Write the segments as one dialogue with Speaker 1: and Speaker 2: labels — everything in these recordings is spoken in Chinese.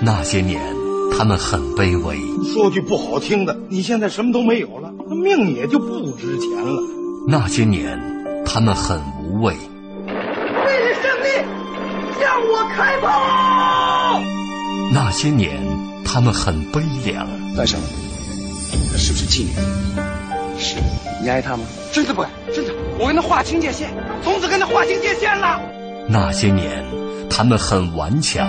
Speaker 1: 那些年，他们很卑微，
Speaker 2: 说句不好听的，你现在什么都没有了，那命也就不值钱了。
Speaker 1: 那些年，他们很无畏，
Speaker 3: 为了胜利，向我开啊炮！
Speaker 1: 那些年，他们很悲凉。
Speaker 4: 大少，是不是妓女？是，你爱她吗？
Speaker 5: 真的不爱，真的，我跟她划清界限，从此跟她划清界限了。
Speaker 1: 那些年，他们很顽强。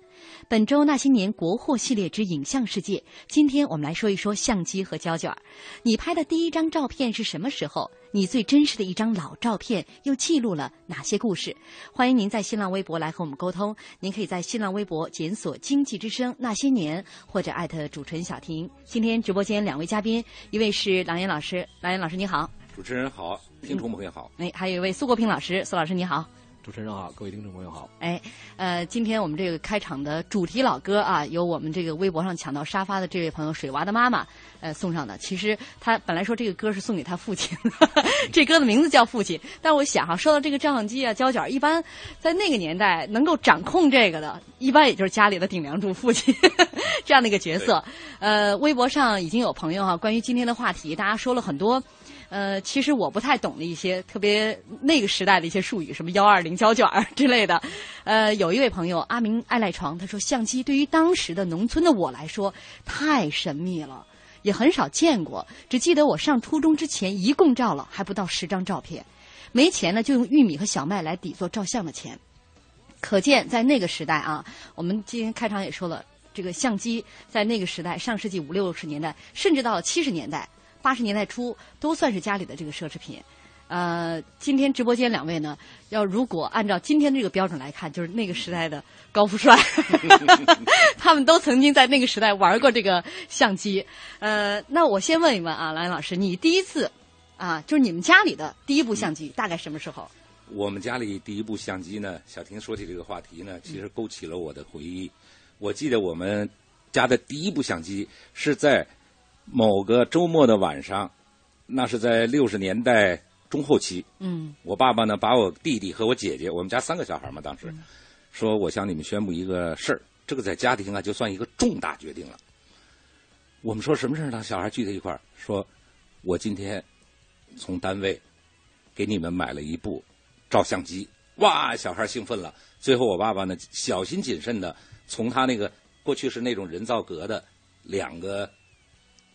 Speaker 6: 本周那些年国货系列之影像世界，今天我们来说一说相机和胶卷。你拍的第一张照片是什么时候？你最真实的一张老照片又记录了哪些故事？欢迎您在新浪微博来和我们沟通。您可以在新浪微博检索“经济之声那些年”或者艾特主持人小婷。今天直播间两位嘉宾，一位是郎岩老师，郎岩老师你好，
Speaker 7: 主持人好，听众朋友好。
Speaker 6: 哎，还有一位苏国平老师，苏老师你好。
Speaker 8: 主持人好，各位听众朋友好。
Speaker 6: 哎，呃，今天我们这个开场的主题老歌啊，由我们这个微博上抢到沙发的这位朋友水娃的妈妈呃送上的。其实他本来说这个歌是送给他父亲，呵呵这歌的名字叫《父亲》。但我想哈、啊，说到这个照相机啊、胶卷，一般在那个年代能够掌控这个的，一般也就是家里的顶梁柱父亲这样的一个角色。呃，微博上已经有朋友哈、啊，关于今天的话题，大家说了很多。呃，其实我不太懂的一些特别那个时代的一些术语，什么幺二零胶卷之类的。呃，有一位朋友阿明爱赖床，他说相机对于当时的农村的我来说太神秘了，也很少见过，只记得我上初中之前一共照了还不到十张照片，没钱呢就用玉米和小麦来抵作照相的钱。可见，在那个时代啊，我们今天开场也说了，这个相机在那个时代，上世纪五六十年代，甚至到了七十年代、八十年代初，都算是家里的这个奢侈品。呃，今天直播间两位呢，要如果按照今天这个标准来看，就是那个时代的高富帅， 他们都曾经在那个时代玩过这个相机。呃，那我先问一问啊，兰老师，你第一次啊，就是你们家里的第一部相机，大概什么时候？
Speaker 7: 我们家里第一部相机呢，小婷说起这个话题呢，其实勾起了我的回忆。我记得我们家的第一部相机是在某个周末的晚上，那是在六十年代中后期。
Speaker 6: 嗯，
Speaker 7: 我爸爸呢把我弟弟和我姐姐，我们家三个小孩嘛，当时说我向你们宣布一个事儿，这个在家庭啊就算一个重大决定了。我们说什么事儿呢？小孩聚在一块儿说，我今天从单位给你们买了一部。照相机，哇！小孩兴奋了。最后，我爸爸呢，小心谨慎的从他那个过去是那种人造革的两个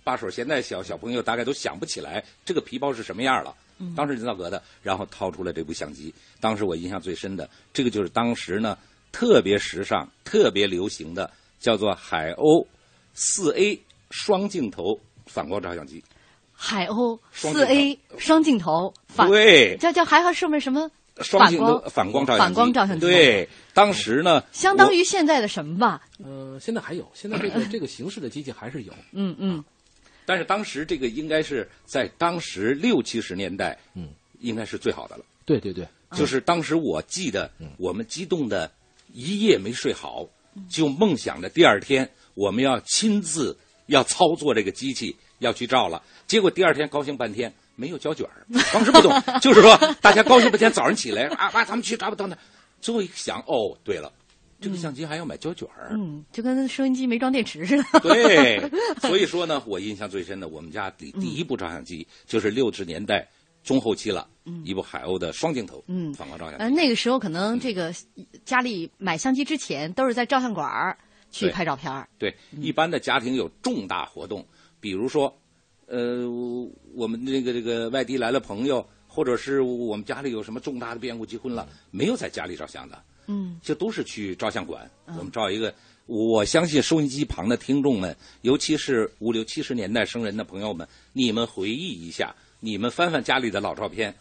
Speaker 7: 把手，现在小小朋友大概都想不起来这个皮包是什么样了。
Speaker 6: 嗯
Speaker 7: 当时人造革的，然后掏出了这部相机。当时我印象最深的，这个就是当时呢特别时尚、特别流行的，叫做海鸥四 A 双镜头反光照相机。
Speaker 6: 海鸥四 A 双镜头反
Speaker 7: 对，
Speaker 6: 叫叫还和上面什么？
Speaker 7: 双镜头反光照相机，
Speaker 6: 反光照相机。
Speaker 7: 对，当时呢，
Speaker 6: 相当于现在的什么吧？
Speaker 8: 呃，现在还有，现在这 个这个形式的机器还是有。
Speaker 6: 嗯嗯。
Speaker 7: 但是当时这个应该是在当时六七十年代，
Speaker 8: 嗯，
Speaker 7: 应该是最好的了。
Speaker 8: 对对对，
Speaker 7: 就是当时我记得，我们激动的一夜没睡好，就梦想着第二天我们要亲自要操作这个机器。要去照了，结果第二天高兴半天，没有胶卷儿。当时不懂，就是说大家高兴半天，早上起来啊，爸、啊，咱们去照吧，等等。最后一想，哦，对了，这个相机还要买胶卷儿，
Speaker 6: 嗯，就跟收音机没装电池似的。
Speaker 7: 对，所以说呢，我印象最深的，我们家第第一部照相机、嗯、就是六十年代。中后期了，一部海鸥的双镜头，
Speaker 6: 嗯，
Speaker 7: 反光照相
Speaker 6: 机。呃，那个时候可能这个家里买相机之前，都是在照相馆儿去拍照片儿。
Speaker 7: 对，一般的家庭有重大活动。比如说，呃，我们这个这个外地来了朋友，或者是我们家里有什么重大的变故，结婚了，没有在家里照相的，
Speaker 6: 嗯，
Speaker 7: 这都是去照相馆。嗯、我们照一个，我相信收音机旁的听众们，尤其是五六七十年代生人的朋友们，你们回忆一下，你们翻翻家里的老照片，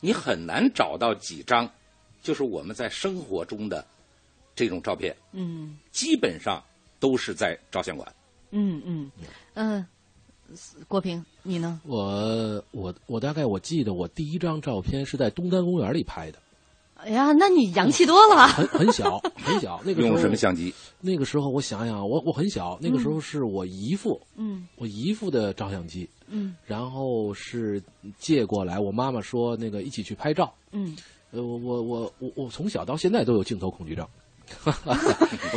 Speaker 7: 你很难找到几张，就是我们在生活中的这种照片，
Speaker 6: 嗯，
Speaker 7: 基本上都是在照相馆。
Speaker 6: 嗯嗯嗯、呃，郭平，你呢？
Speaker 8: 我我我大概我记得我第一张照片是在东单公园里拍的。
Speaker 6: 哎呀，那你洋气多了吧？
Speaker 8: 很很小很小，那个时候
Speaker 7: 用什么相机？
Speaker 8: 那个时候我想想，我我很小，那个时候是我姨父，
Speaker 6: 嗯，
Speaker 8: 我姨父的照相机，
Speaker 6: 嗯，
Speaker 8: 然后是借过来，我妈妈说那个一起去拍照，
Speaker 6: 嗯，
Speaker 8: 呃，我我我我我从小到现在都有镜头恐惧症。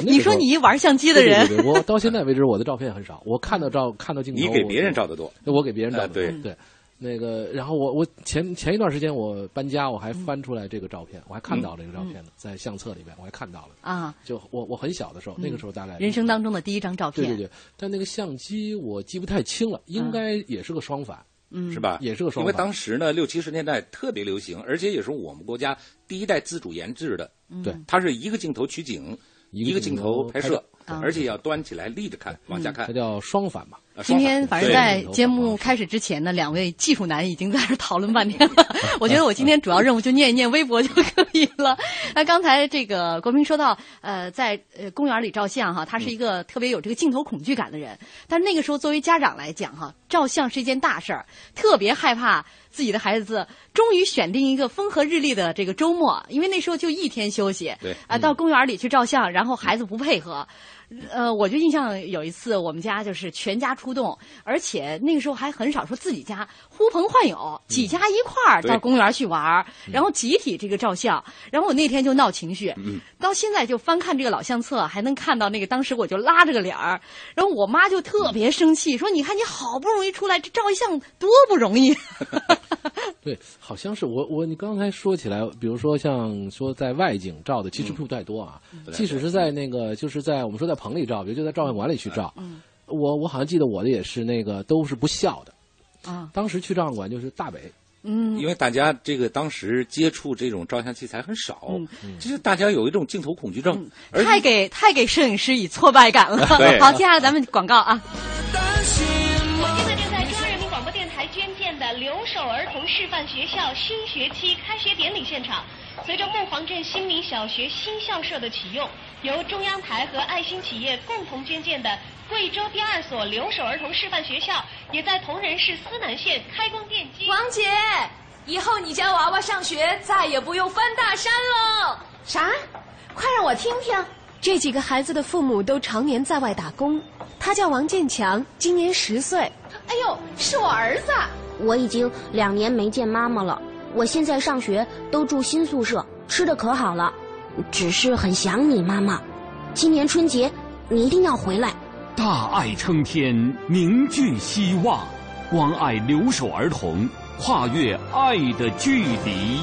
Speaker 6: 你说你一玩相机的人，
Speaker 8: 对对对我到现在为止我的照片很少，我看到照看到镜头，
Speaker 7: 你给别人照的多，
Speaker 8: 我给别人照的、呃、
Speaker 7: 对
Speaker 8: 对。那个，然后我我前前一段时间我搬家，我还翻出来这个照片，我还
Speaker 6: 嗯
Speaker 8: 看到这个照片呢，在相册里面我还看到了
Speaker 6: 啊。
Speaker 8: 就我我很小的时候，那个时候大概
Speaker 6: 人生当中的第一张照片，
Speaker 8: 对对对。但那个相机我记不太清了，应该也是个双反，
Speaker 6: 嗯，
Speaker 7: 是吧？
Speaker 8: 也是个双
Speaker 7: 反，因为当时呢，六七十年代特别流行，而且也是我们国家第一代自主研制的。
Speaker 8: 对，
Speaker 7: 它是一个镜头取景，
Speaker 8: 嗯一
Speaker 7: 个
Speaker 8: 镜
Speaker 7: 头
Speaker 8: 拍嗯
Speaker 7: 摄，啊而且要端起来立着看，往下看，啊
Speaker 8: 这叫双反嘛。
Speaker 6: 今天反正在节目开始之前呢，两位技术男已经在这讨论半天了。 我觉得我今天主要任务就念一念微博就可以了。那刚才这个国民说到，呃，在呃公园里照相哈，他是一个特别有这个镜头恐惧感的人。但那个时候作为家长来讲哈，照相是一件大事儿，特别害怕自己的孩子终于选定一个风和日丽的这个周末，因为那时候就一天休息。
Speaker 7: 对
Speaker 6: 啊，到公园里去照相，然后孩子不配合。呃，我就印象有一次，我们家就是全家出动，而且那个时候还很少说自己家，呼朋唤友，几家一块儿到公园去玩儿，然后集体这个照相。然后我那天就闹情绪，到现在就翻看这个老相册，还能看到那个当时我就拉着个脸儿，然后我妈就特别生气，说：“你看你好不容易出来，这照一相多不容易。”
Speaker 5: 对，好像是我我你刚才说起来，比如说像说在外景照的，其实不太多啊，
Speaker 7: 嗯
Speaker 5: 即使是在那个就是在我们说在。棚里照，比如就在照相馆里去照。嗯、我我好像记得我的也是那个都是不笑的。
Speaker 6: 啊，
Speaker 5: 当时去照相馆就是大北。
Speaker 6: 嗯，
Speaker 7: 因为大家这个当时接触这种照相器材很少，
Speaker 8: 嗯
Speaker 7: 就是大家有一种镜头恐惧症，
Speaker 6: 嗯太给太给摄影师以挫败感了。
Speaker 7: 对
Speaker 6: 好，接下来咱们广告啊。
Speaker 9: 现在正在中央人民广播电台捐建的留守儿童示范学校新学期开学典礼现场。随着木黄镇新民小学新校舍的启用，由中央台和爱心企业共同捐建的贵州第二所留守儿童示范学校，也在铜仁市思南县开工奠基。
Speaker 10: 王姐，以后你家娃娃上学再也不用翻大山喽。
Speaker 11: 啥？快让我听听。这几个孩子的父母都常年在外打工。他叫王建强，今年十岁。
Speaker 10: 哎呦，是我儿子。
Speaker 12: 我已经两年没见妈妈了。我现在上学都住新宿舍，吃的可好了，只是很想你妈妈。今年春节你一定要回来。
Speaker 13: 大爱撑天，凝聚希望，关爱留守儿童，跨越爱的距离。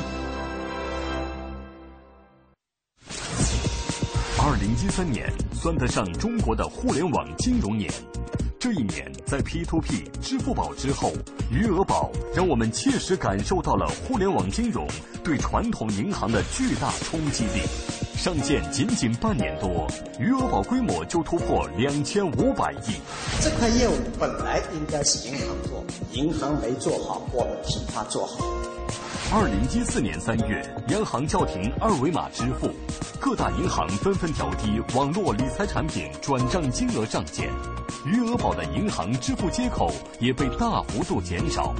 Speaker 14: 二零一三年算得上中国的互联网金融年。这一年，在 P2P、支付宝之后，余额宝让我们切实感受到了互联网金融对传统银行的巨大冲击力。上线仅仅半年多，余额宝规模就突破两千五百亿。
Speaker 15: 这块业务本来应该是银行做，银行没做好，我们替他做好。
Speaker 14: 二零一四年三月，央行叫停二维码支付，各大银行纷纷调低网络理财产品转账金额上限，余额宝的银行支付接口也被大幅度减少。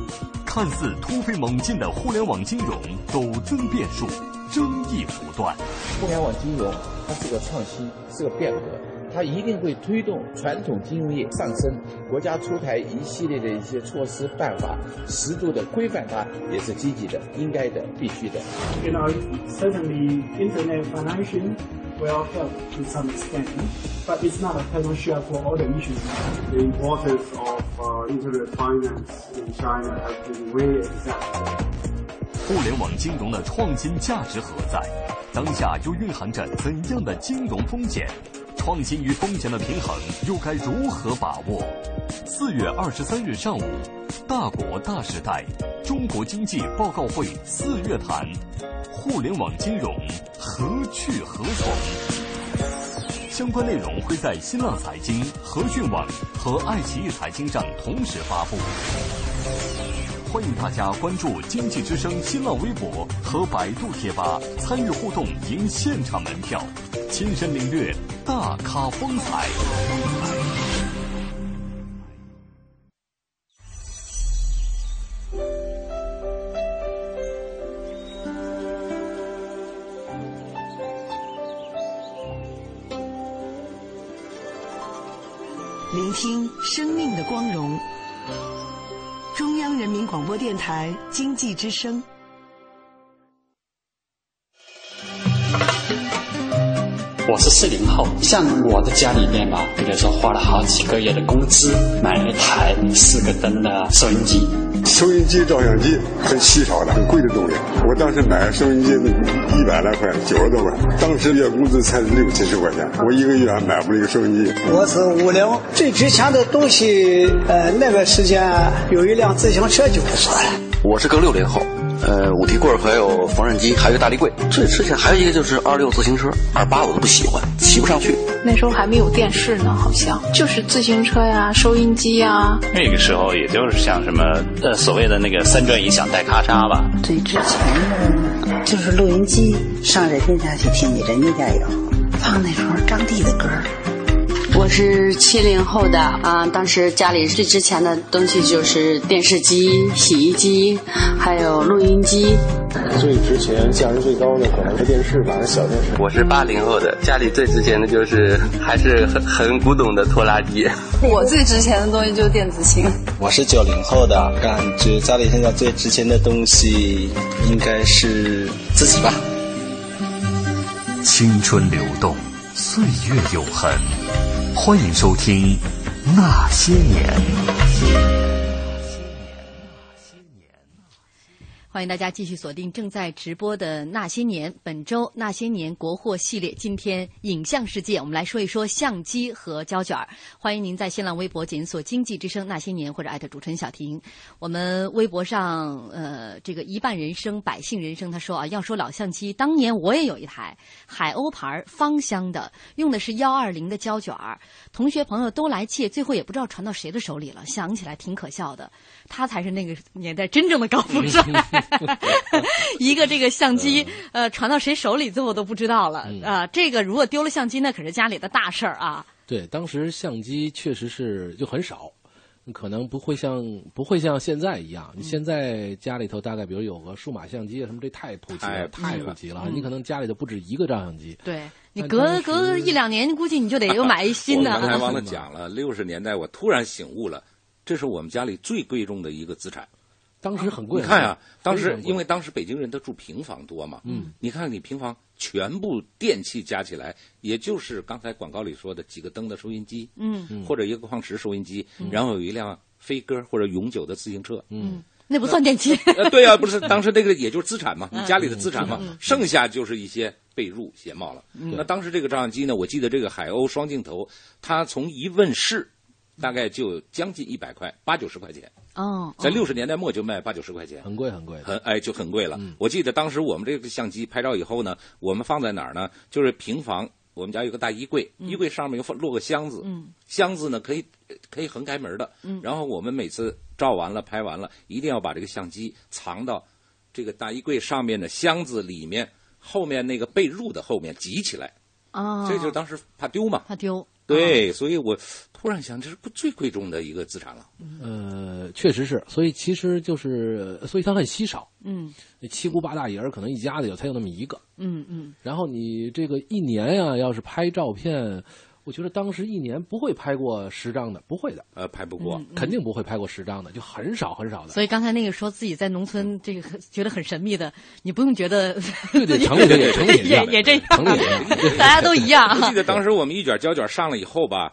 Speaker 14: 看似突飞猛进的互联网金融陡增变数，争议不断。
Speaker 16: 互联网金融它是个创新，是个变革，它一定会推动传统金融业上升。国家出台一系列的一些措施办法，适度的规范它也是积极的、应该的、必须的。
Speaker 17: You know, certainly internet financing will help to some extent, but it's not a panacea for all the issues.
Speaker 18: The importance of uh, internet finance in China has been way exaggerated.
Speaker 14: 互联网金融的创新价值何在？当下又蕴含着怎样的金融风险？创新与风险的平衡又该如何把握？四月二十三日上午，大国大时代中国经济报告会四月谈，互联网金融何去何从？相关内容会在新浪财经、和讯网和爱奇艺财经上同时发布。欢迎大家关注经济之声新浪微博和百度贴吧，参与互动赢现场门票，亲身领略大咖风采。
Speaker 19: 聆听生命的光荣。中央人民广播电台经济之声。
Speaker 1: 我是四零后，像我的家里面吧，比如说花了好几个月的工资买了一台四个灯的收音机。
Speaker 20: 收音机、照相机很稀少的、很贵的东西。我当时买收音机一百来块，九十多块，当时月工资才六七十块钱，我一个月还买不了一个收音机。
Speaker 15: 我是五零，最值钱的东西，呃，那个时间有一辆自行车就不错了。
Speaker 21: 我是个六零后，呃，五提棍儿还有缝纫机，还有一个大立柜。最值钱还有一个就是二六自行车，二八我都不喜欢，骑不上去。
Speaker 22: 那时候还没有电视呢，好像就是自行车呀、收音机呀。
Speaker 23: 那个时候也就是像什么呃所谓的那个三转音响带咔嚓吧。
Speaker 24: 最值钱的就是录音机，上人家家去听去，人家家有放那时候张帝的歌儿。
Speaker 2: 我是七零后的啊、当时家里最值钱的东西就是电视机、洗衣机，还有录音机。
Speaker 1: 最值钱、价值最高的可能是电视吧，还是小电视。
Speaker 2: 我是八零后的，家里最值钱的就是还是很很古董的拖拉机。
Speaker 3: 我最值钱的东西就是电子琴。
Speaker 4: 我是九零后的，感觉家里现在最值钱的东西应该是自己吧。
Speaker 14: 青春流动，岁月永恒。欢迎收听《那些年》。
Speaker 6: 欢迎大家继续锁定正在直播的《那些年》，本周《那些年》国货系列，今天影像世界，我们来说一说相机和胶卷儿。欢迎您在新浪微博检索“经济之声那些年”或者艾特主持人小婷。我们微博上，呃，这个一半人生，百姓人生，他说啊，要说老相机，当年我也有一台海鸥牌芳香的，用的是幺二零的胶卷儿，同学朋友都来借，最后也不知道传到谁的手里了，想起来挺可笑的。他才是那个年代真正的高富 帅。 一个这个相机，
Speaker 7: 嗯
Speaker 6: 呃，传到谁手里，最后都不知道了啊、呃！这个如果丢了相机，那可是家里的大事儿啊。
Speaker 5: 对，当时相机确实是就很少，可能不会像不会像现在一样。你现在家里头大概比如有个数码相机啊什么，这太普及了，嗯太普及了。你可能家里头不止一个照相机。
Speaker 6: 对你隔隔一两年，估计你就得哎又买一新的。
Speaker 7: 我刚才忘了讲了，六十年代我突然醒悟了，这是我们家里最贵重的一个资产。
Speaker 5: 当时很贵、啊，
Speaker 7: 你看啊，当时因为当时北京人他住平房多嘛，嗯，你看你平房全部电器加起来，也就是刚才广告里说的几个灯的收音机，嗯，或者一个矿池收音机，嗯、然后有一辆飞鸽或者永久的自行车，
Speaker 6: 嗯，那不算 电器。
Speaker 7: 呃， 对啊，不是，当时那个也就是资产嘛，你家里的资产嘛，嗯、剩下就是一些被褥、鞋帽了。嗯、那当时这个照相机呢，我记得这个海鸥双镜头，它从一问世。大概就将近一百块，八九十块钱。
Speaker 6: 哦，
Speaker 7: 在六十年代末就卖八九十块钱，
Speaker 5: 很贵很贵，
Speaker 7: 很哎就很贵了。
Speaker 6: 嗯
Speaker 7: 我记得当时我们这个相机拍照以后呢，我们放在哪儿呢？就是平房，我们家有个大衣柜，
Speaker 6: 嗯
Speaker 7: 衣柜上面有落个箱子，箱子呢可以呃可以横开门的。
Speaker 6: 嗯
Speaker 7: 然后我们每次照完了拍完了，一定要把这个相机藏到这个大衣柜上面的箱子里面，后面那个被褥的后面挤起来。
Speaker 6: 哦，
Speaker 7: 这就是当时怕丢嘛，
Speaker 6: 怕啊丢。
Speaker 7: 对，所以我突然想，这是最贵重的一个资产了。
Speaker 5: 呃，确实是，所以其实就是，所以它很稀少。
Speaker 6: 嗯，
Speaker 5: 七姑八大姨儿可能一家子有才有那么一个。
Speaker 6: 嗯嗯。
Speaker 5: 然后你这个一年呀、啊，要是拍照片，我觉得当时一年不会拍过十张的，不会的。
Speaker 7: 呃，拍不过，
Speaker 6: 嗯嗯、
Speaker 5: 肯定不会拍过十张的，就很少很少的。
Speaker 6: 所以刚才那个说自己在农村这个觉得很神秘的，你不用觉得。
Speaker 5: 对 对，城里的也城里
Speaker 6: 也也这样，
Speaker 5: 城 里
Speaker 6: 大家都一样。 啊
Speaker 7: 我记得当时我们一卷胶卷上了以后吧，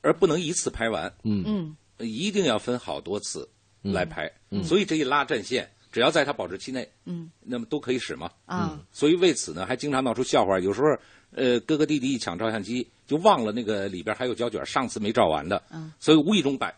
Speaker 7: 而不能一次拍完，
Speaker 5: 嗯
Speaker 6: 嗯，
Speaker 7: 一定要分好多次来拍，所以这一拉战线。只要在它保质期内，
Speaker 6: 嗯，
Speaker 7: 那么都可以使嘛，
Speaker 6: 啊，
Speaker 7: 所以为此呢，还经常闹出笑话。有时候，呃，哥哥弟弟一抢照相机，就忘了那个里边还有胶卷，上次没照完的，
Speaker 6: 嗯，
Speaker 7: 所以无意中把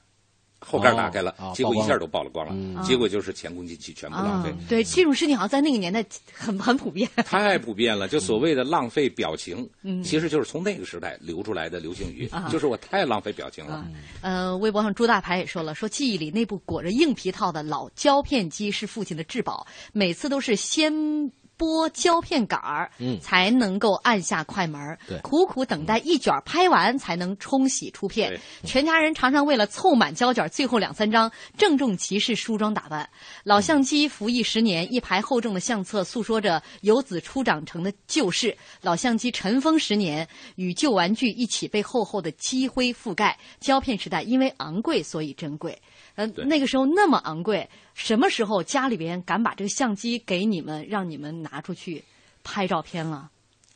Speaker 7: 后盖打开了，结果一下哦都曝了嗯哦光了，结果就是前功尽弃，全部浪费。
Speaker 6: 啊对，这种事情好像在那个年代很很普遍，
Speaker 7: 太普遍了。就所谓的浪费表情，其实就是从那个时代流出来的流行语，就是我太浪费表情了。
Speaker 6: 呃，微博上朱大牌也说了，说记忆里那部裹着硬皮套的老胶片机是父亲的至宝，每次都是先。拨胶片杆儿，
Speaker 5: 嗯，
Speaker 6: 才能够按下快门。
Speaker 5: 对，
Speaker 6: 苦苦等待一卷拍完，才能冲洗出片。全家人常常为了凑满胶卷，最后两三张，郑重其事梳妆打扮。老相机服役十年，一排厚重的相册诉说着游子初长成的旧事。老相机尘封十年，与旧玩具一起被厚厚的积灰覆盖。胶片时代因为昂贵，所以珍贵。呃，那个时候那么昂贵，什么时候家里边敢把这个相机给你们，让你们拿出去拍照片了？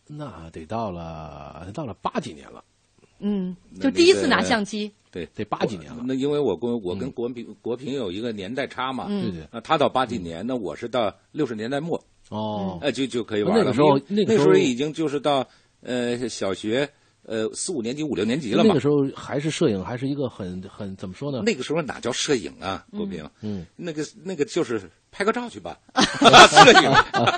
Speaker 5: 那得到了到了八几年了。
Speaker 6: 嗯，就第一次拿相机。
Speaker 7: 对，
Speaker 5: 得八几年了。
Speaker 7: 那因为我跟我跟国平、嗯、国平有一个年代差嘛，
Speaker 6: 对
Speaker 7: 对、嗯。他到八几年，那我是到六十年代末。
Speaker 5: 哦、
Speaker 7: 嗯，呃，就就可以玩了。
Speaker 5: 那个时候，
Speaker 7: 那
Speaker 5: 个
Speaker 7: 时候已经就是到呃小学。呃，四五年级、五六年级了嘛？
Speaker 5: 那个时候还是摄影，还是一个很很怎么 说呢？
Speaker 7: 那个时候哪叫摄影啊，国平？
Speaker 5: 嗯，
Speaker 7: 那个那个就是拍个照去 吧。摄影，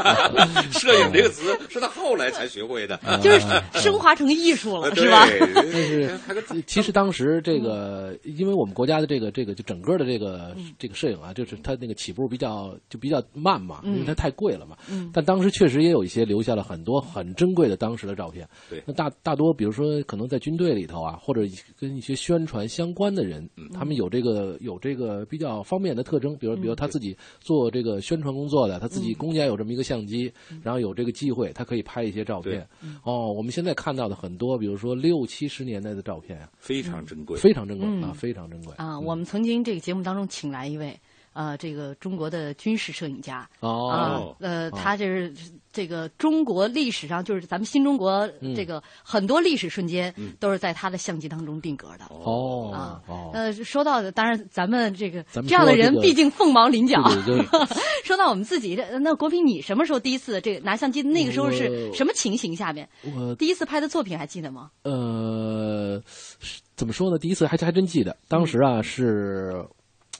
Speaker 7: 摄影这个词是他后来才学会的，
Speaker 5: 啊
Speaker 6: 就是升华成艺术
Speaker 7: 啊
Speaker 6: 了，是吧？
Speaker 7: 是
Speaker 5: 其实当时这个，
Speaker 7: 嗯
Speaker 5: 因为我们国家的这个这个就整个的这个这个摄影啊，就是它那个起步比较就比较慢嘛，因
Speaker 7: 嗯
Speaker 5: 为它太贵了嘛。但当时确实也有一些留下了很多很珍贵的当时的照片。
Speaker 7: 对，
Speaker 5: 那大大多比如说。说可能在军队里头啊，或者跟一些宣传相关的人，他们有这个有这个比较方面的特征，比如比如他自己做做这个宣传工作的，他自己公家有这么一个相机，然后有这个机会，他可以拍一些照片。哦，我们现在看到的很多，比如说六七十年代的照片啊，
Speaker 7: 非常珍贵，
Speaker 5: 非常珍贵
Speaker 6: 嗯
Speaker 5: 啊，非常珍贵。
Speaker 6: 啊，我们曾经这个节目当中请来一位，呃，这个中国的军事摄影家。
Speaker 5: 哦
Speaker 6: 啊，呃，
Speaker 5: 哦
Speaker 6: 他这是这个中国历史上，就是咱们新中国
Speaker 5: 嗯
Speaker 6: 这个很多历史瞬间
Speaker 5: 嗯，
Speaker 6: 都是在他的相机当中定格的。
Speaker 5: 哦哦，
Speaker 6: 呃，说到的，当然咱们这个
Speaker 5: 咱们
Speaker 6: 这样的
Speaker 5: 说这
Speaker 6: 人，
Speaker 5: 个
Speaker 6: 毕竟凤毛麟角。
Speaker 5: 对对对
Speaker 6: 说到我们自己，这那国平，你什么时候第一次这个拿相机？那个时候是
Speaker 5: 我
Speaker 6: 什么情形下面？
Speaker 5: 我
Speaker 6: 第一次拍的作品还记得吗？
Speaker 5: 呃，是怎么说呢？第一次还还真记得，当时啊是，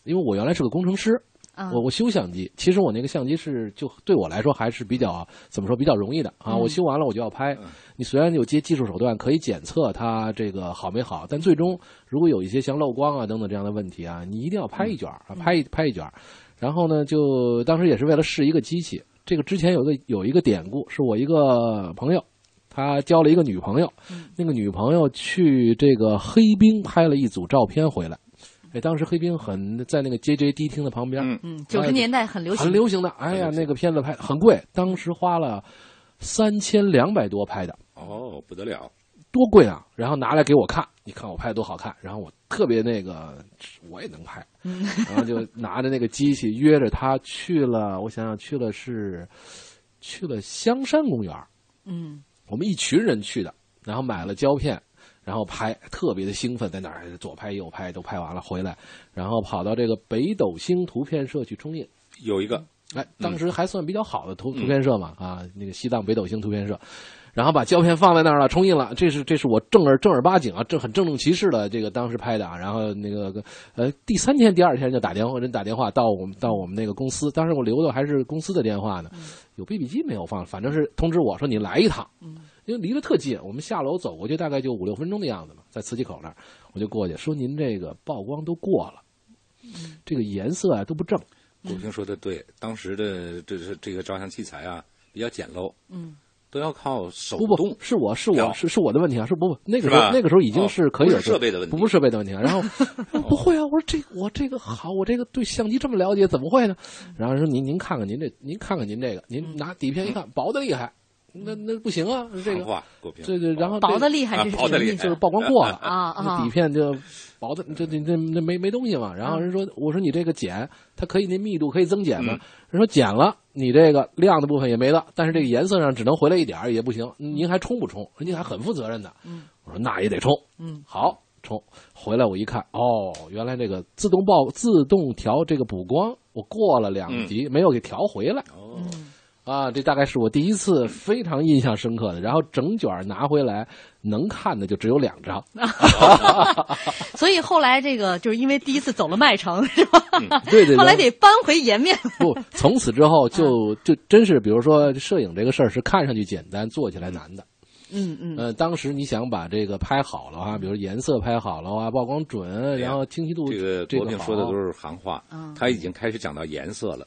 Speaker 5: 因为我原来是个工程师，
Speaker 6: 啊
Speaker 5: 我我修相机，其实我那个相机是就对我来说还是比较怎么说比较容易的啊，
Speaker 25: 嗯
Speaker 5: 我修完了我就要拍。你虽然有些技术手段可以检测它这个好没好，但最终如果有一些像漏光啊等等这样的问题啊，你一定要拍一卷儿、啊，拍一拍一卷儿。然后呢，就当时也是为了试一个机器。这个之前有个有一个典故，是我一个朋友，他交了一个女朋友，那个女朋友去这个黑冰拍了一组照片回来。哎，当时黑冰很在那个 JJD 厅的旁边，
Speaker 6: 嗯九十年代很流行，
Speaker 5: 很流行的。哎呀，那个片子拍很贵，当时花了三千两百多拍的，
Speaker 7: 哦，不得了，
Speaker 5: 多贵啊！然后拿来给我看，你看我拍的多好看，然后我特别那个，我也能 拍，
Speaker 6: 嗯
Speaker 5: 然后就拿着那个机器约着他去了，我想想去了是去了香山公园儿，
Speaker 6: 嗯
Speaker 5: 我们一群人去的，然后买了胶片，然后拍，特别的兴奋，在那儿左拍右拍，都拍完了回来，然后跑到这个北斗星图片社去冲印。
Speaker 7: 有一个
Speaker 5: 哎，当时还算比较好的图图片社嘛，啊，那个西藏北斗星图片社，然后把胶片放在那儿了，冲印了，这是这是我正儿正儿八经啊，正很正正其事的这个当时拍的啊，然后那个呃第三天第二天就打电话人打电话到我们到我们那个公司，当时我留的还是公司的电话呢，有 BB 机没有放，反正是通知我说你来一趟，因为离得特近，我们下楼走过去大概就五六分钟的样子嘛，在磁器口那儿，我就过去说您这个曝光都过了，这个颜色啊都不正，
Speaker 6: 嗯
Speaker 7: 国平说的对，当时的这是这个照相器材啊比较简陋，
Speaker 6: 嗯，
Speaker 7: 都要靠手
Speaker 5: 不不
Speaker 7: 动，
Speaker 5: 是我是我
Speaker 7: 要
Speaker 5: 是是我的问题啊，是不不那个
Speaker 7: 是
Speaker 5: 时候
Speaker 7: 吧
Speaker 5: 那个时候已经
Speaker 7: 哦
Speaker 5: 是可以
Speaker 7: 不是
Speaker 5: 有
Speaker 7: 设备的问题
Speaker 5: 不不是设备的问题啊。然后 不会啊，我说这我这个好，我这个对相机这么了解，怎么会呢？然后说您您看看您这您看看您这个，
Speaker 6: 嗯
Speaker 5: 您拿底片一看，薄的厉害。那那不行啊，这个
Speaker 7: 行话国平哦
Speaker 5: 对对，然后
Speaker 6: 薄
Speaker 5: 这
Speaker 6: 得厉害这是啊薄得什么意思厉害
Speaker 5: 就是曝光过了
Speaker 6: 啊啊
Speaker 5: 那底片就薄的，这这这那没没东西嘛。然后
Speaker 6: 嗯
Speaker 5: 人说，我说你这个减，它可以那密度可以增减吗？人说减了，你这个亮的部分也没了，但是这个颜色上只能回来一点儿也不行，您还冲不冲？人家还很负责任的。
Speaker 6: 嗯
Speaker 5: 我说那也得冲，
Speaker 6: 嗯，
Speaker 5: 好冲。回来我一看，哦，原来这个自动报自动调这个补光，我过了
Speaker 6: 嗯
Speaker 5: 两级、没有给调回来。
Speaker 7: 哦，
Speaker 5: 啊，这大概是我第一次非常印象深刻的。然后整卷儿拿回来，能看的就只有两 张。
Speaker 6: 所以后来这个就是因为第一次走了麦城，是吧？
Speaker 5: 对对对
Speaker 6: 后来得搬回颜面。
Speaker 5: 不，从此之后
Speaker 6: 嗯
Speaker 5: 就就真是，比如说摄影这个事儿是看上去简单，做起来难的。
Speaker 6: 嗯嗯
Speaker 5: 呃，当时你想把这个拍好了啊，比如颜色拍好了啊，曝光准，然后清晰度
Speaker 7: 这个
Speaker 5: 这
Speaker 7: 国
Speaker 5: 个
Speaker 7: 平
Speaker 5: 好
Speaker 7: 说的都是行话
Speaker 6: 嗯，
Speaker 7: 他已经开始讲到颜色了。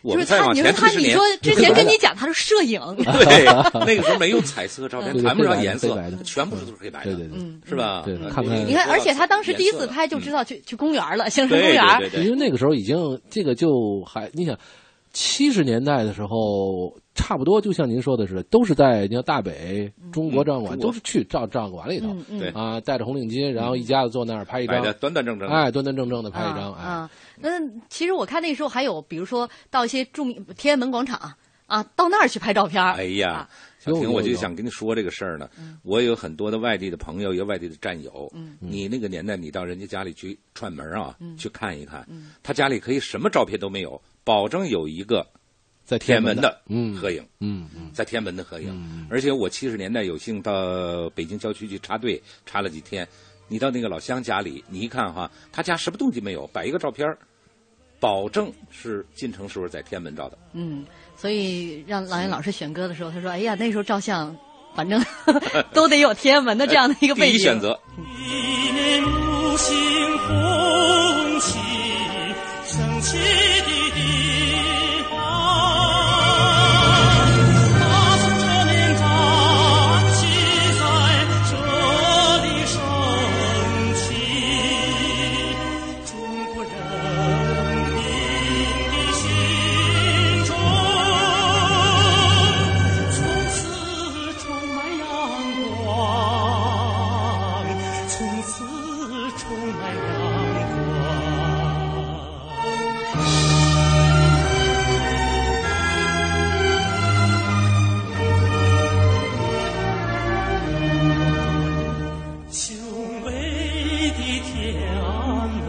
Speaker 7: 我
Speaker 6: 就
Speaker 7: 们
Speaker 6: 是
Speaker 7: 再
Speaker 6: 他，
Speaker 7: 往
Speaker 6: 你
Speaker 7: 前
Speaker 6: 说他，
Speaker 7: 30
Speaker 6: 你
Speaker 7: 年
Speaker 6: 说之前跟你讲他是摄影，
Speaker 7: 对，那个时候没有彩色照片，
Speaker 5: 对对
Speaker 7: 谈不上
Speaker 5: 黑白的
Speaker 7: 颜色
Speaker 5: 黑白的，
Speaker 7: 全部都是黑白的，
Speaker 5: 对对对
Speaker 6: 嗯
Speaker 7: 是吧？
Speaker 5: 对
Speaker 7: 呃
Speaker 5: 看看
Speaker 6: 你看，而且他当时第一
Speaker 7: 颜
Speaker 6: 次
Speaker 7: 色
Speaker 6: 拍就知道去去公园了，香山
Speaker 5: 对
Speaker 6: 公
Speaker 5: 对
Speaker 6: 园。啊
Speaker 5: 因为那个时候已经这个就还你想。七十年代的时候，差不多就像您说的似的，都是在你看大北中国照相馆，
Speaker 7: 嗯中国
Speaker 5: 都是去照照相馆里头
Speaker 6: 嗯嗯对
Speaker 5: 啊，戴着红领巾，然后一家子坐那儿拍一
Speaker 7: 摆
Speaker 5: 张
Speaker 7: 的，端端正正的，
Speaker 5: 哎，端端正正的拍一张，哎，
Speaker 6: 啊，那其实我看那时候还有，比如说到一些著名天安门广场啊啊，到那儿去拍照片儿
Speaker 7: 哎呀，小
Speaker 5: 有
Speaker 7: 婷，
Speaker 5: 有
Speaker 7: 我就
Speaker 5: 有
Speaker 7: 想跟你说这个事儿呢。我有很多的外地的朋友，有外地的战友。
Speaker 6: 嗯
Speaker 7: 你那个年代，你到人家家里去串门啊，
Speaker 6: 嗯
Speaker 7: 去看一看
Speaker 6: 嗯，
Speaker 7: 他家里可以什么照片都没有，保证有一个
Speaker 5: 在
Speaker 7: 天安
Speaker 5: 门
Speaker 7: 门的嗯
Speaker 5: 嗯
Speaker 7: 合影，
Speaker 5: 嗯嗯，
Speaker 7: 在天安门的合影。而且我七十年代有幸到北京郊区去插队，插了几天。你到那个老乡家里，你一看哈，他家什么东西没有，摆一个照片儿保证是进城时候在天安门照的。
Speaker 6: 嗯，所以让郎云老师选歌的时候，他说：“哎呀，那时候照相，反正 都得有天安门的这样的一个
Speaker 7: 哎
Speaker 6: 背景。
Speaker 7: 第一选择，
Speaker 17: 一年五星红旗升起的地方，大宋车年战旗在这里升起，中国人民的心。
Speaker 2: 啊
Speaker 17: 两门，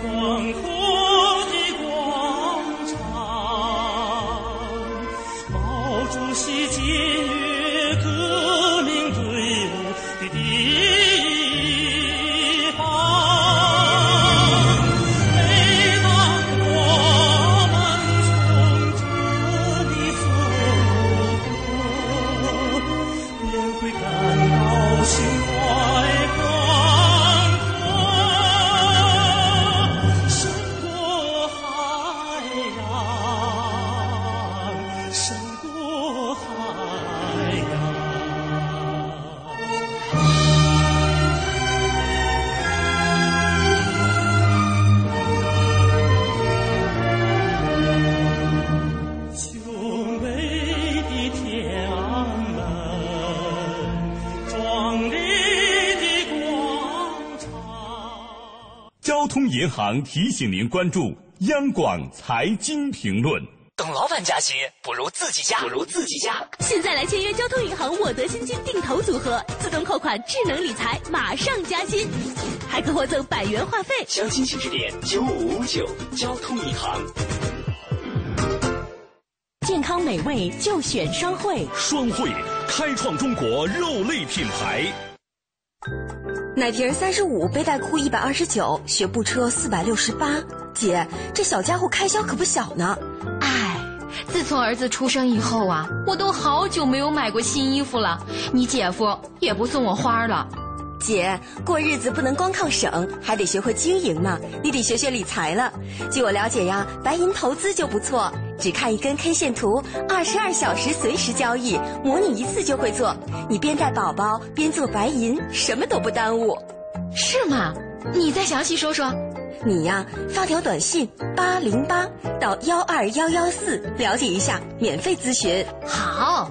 Speaker 17: 广阔的广场，毛主席检阅革命队伍的地方。每当我们从这里走过，便会感到心怀宽阔，胜过海洋，胜过海洋。雄伟的天安门，壮丽的广场。
Speaker 1: 交通银行提醒您关注央广财经评论。
Speaker 26: 等老板加薪，不如自己加，不如自己加。
Speaker 27: 现在来签约交通银行我得新金定投组合，自动扣款、智能理财，马上加薪，还可获赠百元话费。
Speaker 26: 详情请致电九五五九交通银行。
Speaker 28: 健康美味就选双汇。
Speaker 1: 双汇开创中国肉类品牌。
Speaker 9: 奶瓶三十五，背带裤一百二十九，学步车四百六十八。姐，这小家伙开销可不小呢。
Speaker 29: 自从儿子出生以后啊，我都好久没有买过新衣服了。你姐夫也不送我花了。
Speaker 9: 姐，过日子不能光靠省，还得学会经营嘛。你得学学理财了。据我了解呀，白银投资就不错，只看一根 K 线图，二十二小时随时交易，模拟一次就会做。你边带宝宝边做白银，什么都不耽误。
Speaker 29: 是吗？你再详细说说。
Speaker 9: 你呀，发条短信八零八到幺二幺幺四了解一下，免费咨询。
Speaker 29: 好，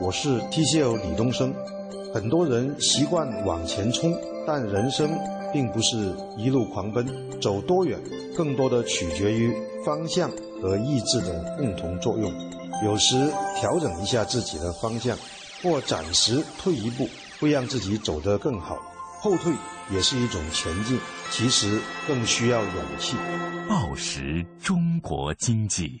Speaker 30: 我是 TCL 李东升。很多人习惯往前冲，但人生并不是一路狂奔，走多远，更多的取决于方向和意志的共同作用。有时调整一下自己的方向，或暂时退一步，会让自己走得更好。后退也是一种前进，其实更需要勇气。
Speaker 1: 报时中国经济，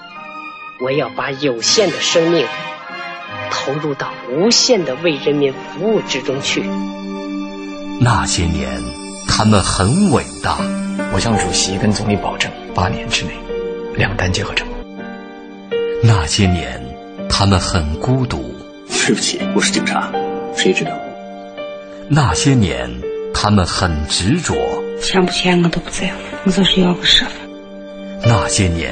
Speaker 31: 我要把有限的生命投入到无限的为人民服务之中去。
Speaker 1: 那些年，他们很伟大。
Speaker 21: 我向主席跟总理保证，八年之内两弹结合成功。
Speaker 1: 那些年，他们很孤独。
Speaker 21: 对不起，我是警察，谁知道？
Speaker 1: 那些年，他们很执着。
Speaker 32: 签不签我都不在乎，我就是要个身份。
Speaker 1: 那些年，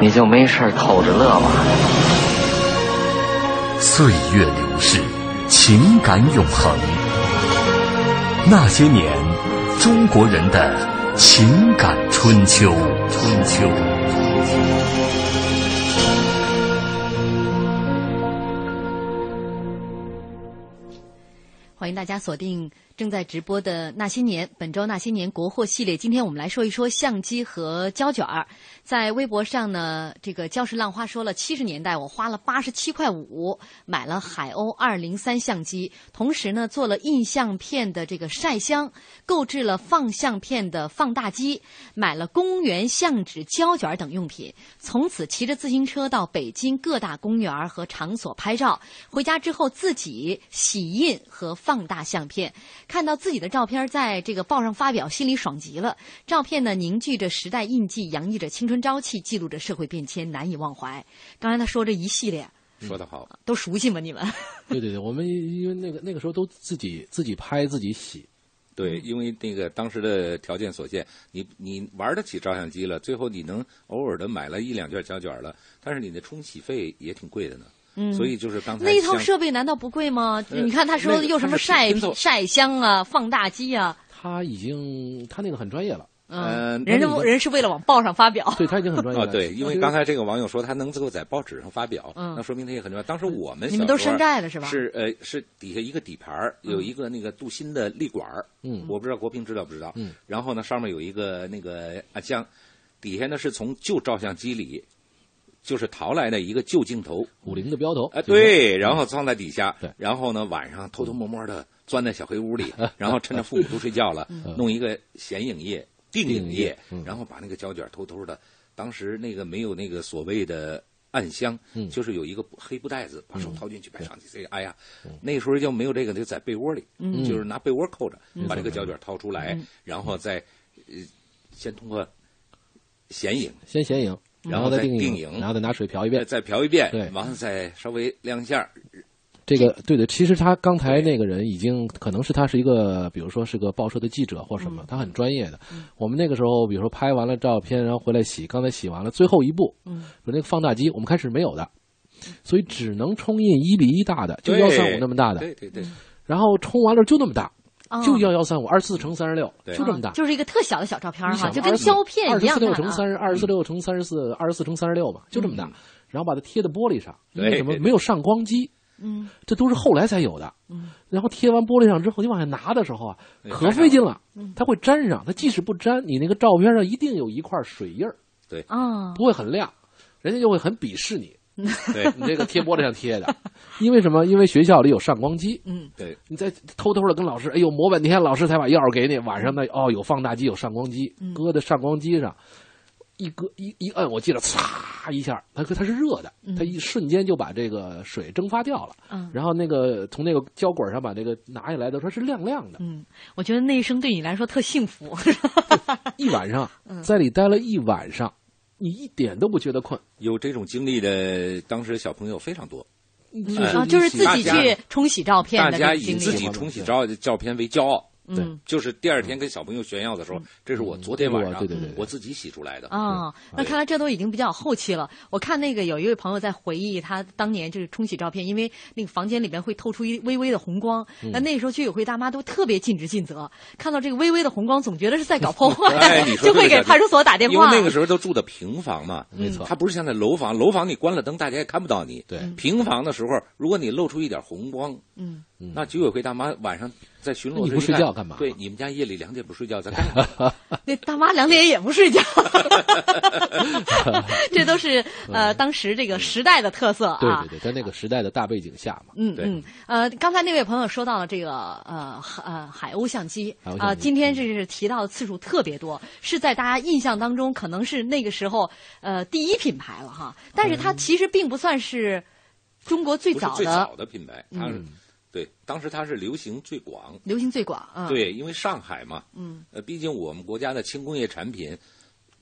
Speaker 21: 你就没事儿偷着乐吧。
Speaker 1: 岁月流逝，情感永恒。那些年，中国人的情感春秋。春秋。
Speaker 6: 欢迎大家锁定正在直播的《那些年》，本周《那些年》国货系列，今天我们来说一说相机和胶卷儿。在微博上呢，这个胶石浪花说了，七十年代我花了八十七块五买了海鸥二零三相机，同时呢做了印相片的这个晒箱，购置了放相片的放大机，买了公园相纸、胶卷儿等用品。从此骑着自行车到北京各大公园儿和场所拍照，回家之后自己洗印和放。放大相片，看到自己的照片在这个报上发表，心里爽极了。照片呢，凝聚着时代印记，洋溢着青春朝气，记录着社会变迁，难以忘怀。刚才他说这一系列，
Speaker 7: 说得好，
Speaker 6: 都熟悉吗？你们？
Speaker 5: 对对对，我们因为那个那个时候都自己自己拍自己洗。
Speaker 7: 对，因为那个当时的条件所限，你你玩得起照相机了，最后你能偶尔的买了一两卷胶卷了，但是你的冲洗费也挺贵的呢。
Speaker 6: 嗯，
Speaker 7: 所以就是刚才
Speaker 6: 那一套设备难道不贵吗？
Speaker 7: 呃
Speaker 6: 你看他说
Speaker 7: 那个
Speaker 6: 又什么
Speaker 7: 它是
Speaker 6: 晒
Speaker 7: 拼凑
Speaker 6: 晒箱啊、放大机啊，
Speaker 5: 他已经他那个很专业了，
Speaker 6: 嗯，
Speaker 5: 那
Speaker 6: 人
Speaker 5: 你
Speaker 6: 家
Speaker 5: 们
Speaker 6: 人是为了往报上发表，
Speaker 5: 对他已经很专业
Speaker 7: 哦，
Speaker 5: 了。
Speaker 7: 对，因为刚才这个网友说他能够在报纸上发表，
Speaker 6: 嗯
Speaker 7: 那说明他也很重要。当时我们
Speaker 6: 你们
Speaker 7: 小
Speaker 6: 都
Speaker 7: 时候啊
Speaker 6: 山寨的是吧嗯
Speaker 7: 是呃，是底下一个底盘儿有一个那个镀锌的立管儿
Speaker 5: 嗯
Speaker 7: 我不知道国平知道不知道。
Speaker 5: 嗯，
Speaker 7: 然后呢，上面有一个那个啊像底下呢是从旧照相机里。就是淘来的一个旧镜头，
Speaker 5: 五菱的标头
Speaker 7: 啊，
Speaker 5: 就是说
Speaker 7: 对，然后放在底下，然后呢晚上偷偷摸摸的钻在小黑屋 里，然后趁着父母都睡觉了
Speaker 5: 嗯，
Speaker 7: 弄一个显影液、定影
Speaker 5: 定影
Speaker 7: 液
Speaker 5: 液嗯，
Speaker 7: 然后把那个胶卷偷偷的，当时那个没有那个所谓的暗箱，
Speaker 5: 嗯
Speaker 7: 就是有一个黑布袋子，把手掏进去摆上去，这个哎呀，那时候就没有这个，就在被窝里，
Speaker 5: 嗯
Speaker 7: 就是拿被窝扣着
Speaker 5: 嗯，
Speaker 7: 把这个胶卷掏出来
Speaker 5: 嗯，
Speaker 7: 然后再呃先通过显影。
Speaker 5: 先显影，
Speaker 7: 嗯
Speaker 5: 后再
Speaker 7: 然后再
Speaker 5: 影，
Speaker 7: 定影呃
Speaker 5: 然后再拿水漂一遍。
Speaker 7: 再漂一遍，
Speaker 5: 对
Speaker 7: 完了再稍微亮一下，
Speaker 5: 这个对的，其实他刚才那个人已经可能是他是一个，比如说是个报社的记者或什
Speaker 7: 嗯
Speaker 5: 么，他很专业的。我们那个时候，比如说拍完了照片，然后回来洗，刚才洗完了，最后一步，
Speaker 6: 嗯，
Speaker 5: 说那个放大机，我们开始没有的，所以只能冲印一比一大的，
Speaker 7: 嗯
Speaker 5: 就
Speaker 7: 对
Speaker 5: 幺三五那么大的，
Speaker 7: 对对对，
Speaker 5: 然后冲完了就那么大
Speaker 6: 啊，
Speaker 7: 嗯
Speaker 5: 就幺幺三五，二四乘三十六，就这么大
Speaker 6: 啊。就是一个特小的小照片儿
Speaker 5: 你
Speaker 6: 哈，
Speaker 5: 想
Speaker 6: 就跟胶片一
Speaker 5: 二十
Speaker 6: 样
Speaker 5: 四六
Speaker 6: 大的
Speaker 5: 乘
Speaker 6: 啊
Speaker 5: 三十，二十四
Speaker 7: 嗯
Speaker 5: 六乘三十四，二十四乘三十六吧，就这么大。然后把它贴在玻璃上，因为
Speaker 7: 对
Speaker 5: 什么
Speaker 7: 对对
Speaker 5: 没有上光机，
Speaker 6: 嗯
Speaker 5: 这都是后来才有的。
Speaker 6: 嗯
Speaker 5: 然后贴完玻璃上之后，你往下拿的时候啊，
Speaker 7: 对
Speaker 5: 可费劲了，
Speaker 6: 嗯
Speaker 5: 它会粘上。它即使不粘，你那个照片上一定有一块水印儿，
Speaker 7: 对
Speaker 6: 啊
Speaker 5: 不会很亮，人家就会很鄙视你。
Speaker 7: 对
Speaker 5: 你这个贴玻璃上贴 的，因为什么？因为学校里有上光机，
Speaker 6: 嗯，
Speaker 7: 对，
Speaker 5: 你再偷偷的跟老师，哎呦磨半天，老师才把钥匙给你。晚上呢，哦，有放大机，有上光机，
Speaker 6: 嗯
Speaker 5: 搁在上光机上，一搁一一摁，我记得嚓一下，它它是热的，它一瞬间就把这个水蒸发掉了。
Speaker 6: 嗯
Speaker 5: 然后那个从那个胶管上把这个拿下来的时候是亮亮的，
Speaker 6: 嗯，我觉得那一生对你来说特幸福，
Speaker 5: 一晚上
Speaker 6: 嗯
Speaker 5: 在里待了一晚上，你一点都不觉得困。
Speaker 7: 有这种经历的，当时小朋友非常多，
Speaker 5: 就是
Speaker 6: 啊，就是自己
Speaker 7: 大家
Speaker 6: 去冲洗照片
Speaker 7: 大
Speaker 6: 的
Speaker 7: 家
Speaker 6: 这个
Speaker 7: 以
Speaker 6: 经历
Speaker 7: 自己冲洗照照片为骄傲。
Speaker 6: 对嗯
Speaker 7: 就是第二天跟小朋友炫耀的时候，这是我昨天晚上
Speaker 5: 嗯对对对对
Speaker 7: 我自己洗出来的
Speaker 6: 啊、那看来这都已经比较后期了。我看那个有一位朋友在回忆他当年就是冲洗照片，因为那个房间里面会透出一微微的红光，
Speaker 7: 嗯
Speaker 6: 那、那时候居委会大妈都特别尽职尽责，看到这个微微的红光，总觉得是在搞破坏，
Speaker 7: 哎，你说
Speaker 6: 就
Speaker 7: 这
Speaker 6: 会给
Speaker 7: 个
Speaker 6: 派出所打电话。
Speaker 7: 因为那个时候都住的平房嘛，
Speaker 5: 嗯没错
Speaker 7: 它不是像在楼房，楼房你关了灯，大家也看不到你。
Speaker 5: 对，
Speaker 7: 平房的时候，如果你露出一点红光，
Speaker 6: 嗯，
Speaker 7: 那居委会大妈晚上在巡逻
Speaker 5: 那
Speaker 7: 的
Speaker 5: 你
Speaker 7: 时候一看，
Speaker 5: 不睡觉干嘛
Speaker 7: 对，你们家夜里两点不睡觉在干嘛？
Speaker 6: 那大妈两点也不睡觉，这都 是呃当时这个时代的特色啊。
Speaker 5: 嗯对对对，在那个时代的大背景下嘛，
Speaker 6: 嗯
Speaker 5: 对
Speaker 6: 嗯，呃，刚才那位朋友说到了这个呃海呃海鸥相机
Speaker 5: 海鸥
Speaker 6: 啊、
Speaker 5: 相机嗯
Speaker 6: 今天这是提到的次数特别多，是在大家印象当中可能是那个时候呃第一品牌了哈，但是
Speaker 5: 嗯
Speaker 6: 它其实并不算是中国最
Speaker 7: 不是
Speaker 6: 早
Speaker 7: 最
Speaker 6: 的
Speaker 7: 早的品牌，它是
Speaker 6: 嗯
Speaker 7: 对，当时它是流行最广，
Speaker 6: 流行最广啊。，
Speaker 7: 对，因为上海嘛，
Speaker 6: 嗯
Speaker 7: 呃，毕竟我们国家的轻工业产品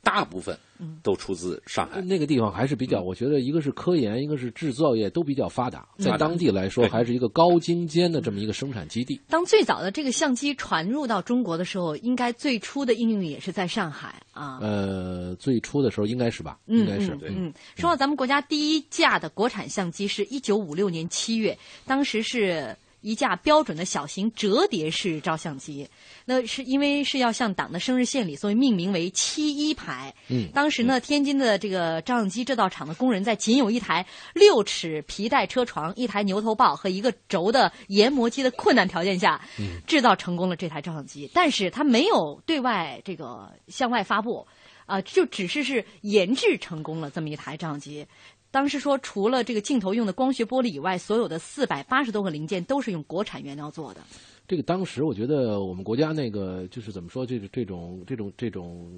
Speaker 7: 大部分
Speaker 6: 嗯
Speaker 7: 都出自上海。
Speaker 5: 那个地方还是
Speaker 7: 嗯
Speaker 5: 比较，我觉得一个是科研，一个是制造业都比较发达，
Speaker 6: 嗯
Speaker 5: 在当地来说
Speaker 7: 对
Speaker 5: 还是一个高精尖的这么一个生产基地。
Speaker 6: 当最早的这个相机传入到中国的时候，应该最初的应用也是在上海啊。
Speaker 7: 嗯
Speaker 5: 呃，最初的时候应该是吧，
Speaker 6: 嗯
Speaker 5: 应该是
Speaker 6: 嗯，嗯，说到咱们国家第一架的国产相机是一九五六年七月，当时是一架标准的小型折叠式照相机。那是因为是要向党的生日献礼，所以命名为“七一排”。
Speaker 5: 嗯
Speaker 6: 当时呢，天津的这个照相机制造厂的工人在仅有一台六尺皮带车床、一台牛头刨和一个轴的研磨机的困难条件下，
Speaker 1: 嗯
Speaker 6: 制造成功了这台照相机，但是它没有对外这个向外发布，啊、就只是是研制成功了这么一台照相机。当时说，除了这个镜头用的光学玻璃以外，所有的四百八十多个零件都是用国产原料做的。
Speaker 5: 这个当时我觉得我们国家那个就是怎么说，这个这种这种这种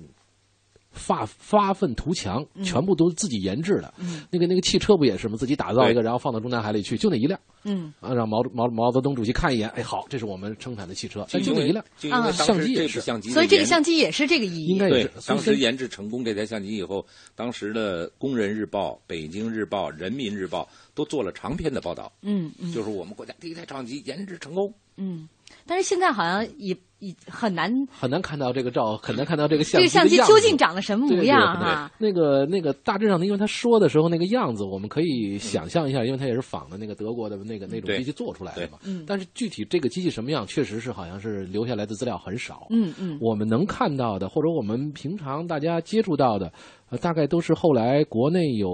Speaker 5: 发发愤图强，
Speaker 6: 嗯
Speaker 5: 全部都是自己研制的。
Speaker 6: 嗯
Speaker 5: 那个那个汽车不也是吗？自己打造一个，
Speaker 7: 对
Speaker 5: 然后放到中南海里去，就那一辆
Speaker 6: 嗯，
Speaker 5: 啊，让毛毛毛泽东主席看一眼，哎，好，这是我们生产的汽车，但
Speaker 7: 就
Speaker 5: 就
Speaker 7: 因
Speaker 5: 那
Speaker 7: 为
Speaker 5: 一辆
Speaker 7: 就因
Speaker 6: 啊
Speaker 7: 为当，时
Speaker 5: 相机
Speaker 7: 这
Speaker 5: 也
Speaker 7: 部
Speaker 5: 是，
Speaker 7: 相机的
Speaker 6: 所以这个
Speaker 7: 研
Speaker 6: 相机也是这个意义。
Speaker 5: 应该也
Speaker 7: 对
Speaker 5: 是，
Speaker 7: 当
Speaker 5: 所
Speaker 7: 时
Speaker 5: 以
Speaker 7: 研制成功这台相机以后，当时的《工人日报》《北京日报》《人民日报》都做了长篇的报道，
Speaker 6: 嗯嗯
Speaker 7: 就是我们国家第一台照相机研制成功。
Speaker 6: 嗯，但是现在好像也也很难，
Speaker 5: 很难看到这个照，很难看到这个
Speaker 6: 这
Speaker 5: 相
Speaker 6: 个
Speaker 5: 机
Speaker 6: 相
Speaker 5: 的
Speaker 6: 机
Speaker 5: 样子。
Speaker 6: 究竟长得什么模样啊哈？
Speaker 5: 对对对那个那个大致上呢，因为他说的时候那个样子，我们可以想象一下，因为他也是仿的那个德国的那个那种
Speaker 7: 对
Speaker 5: 机器做出来的嘛。
Speaker 6: 嗯
Speaker 5: 但是具体这个机器什么样，确实是好像是留下来的资料很少。
Speaker 6: 嗯嗯
Speaker 5: 我们能看到的，或者我们平常大家接触到的，呃，大概都是后来国内有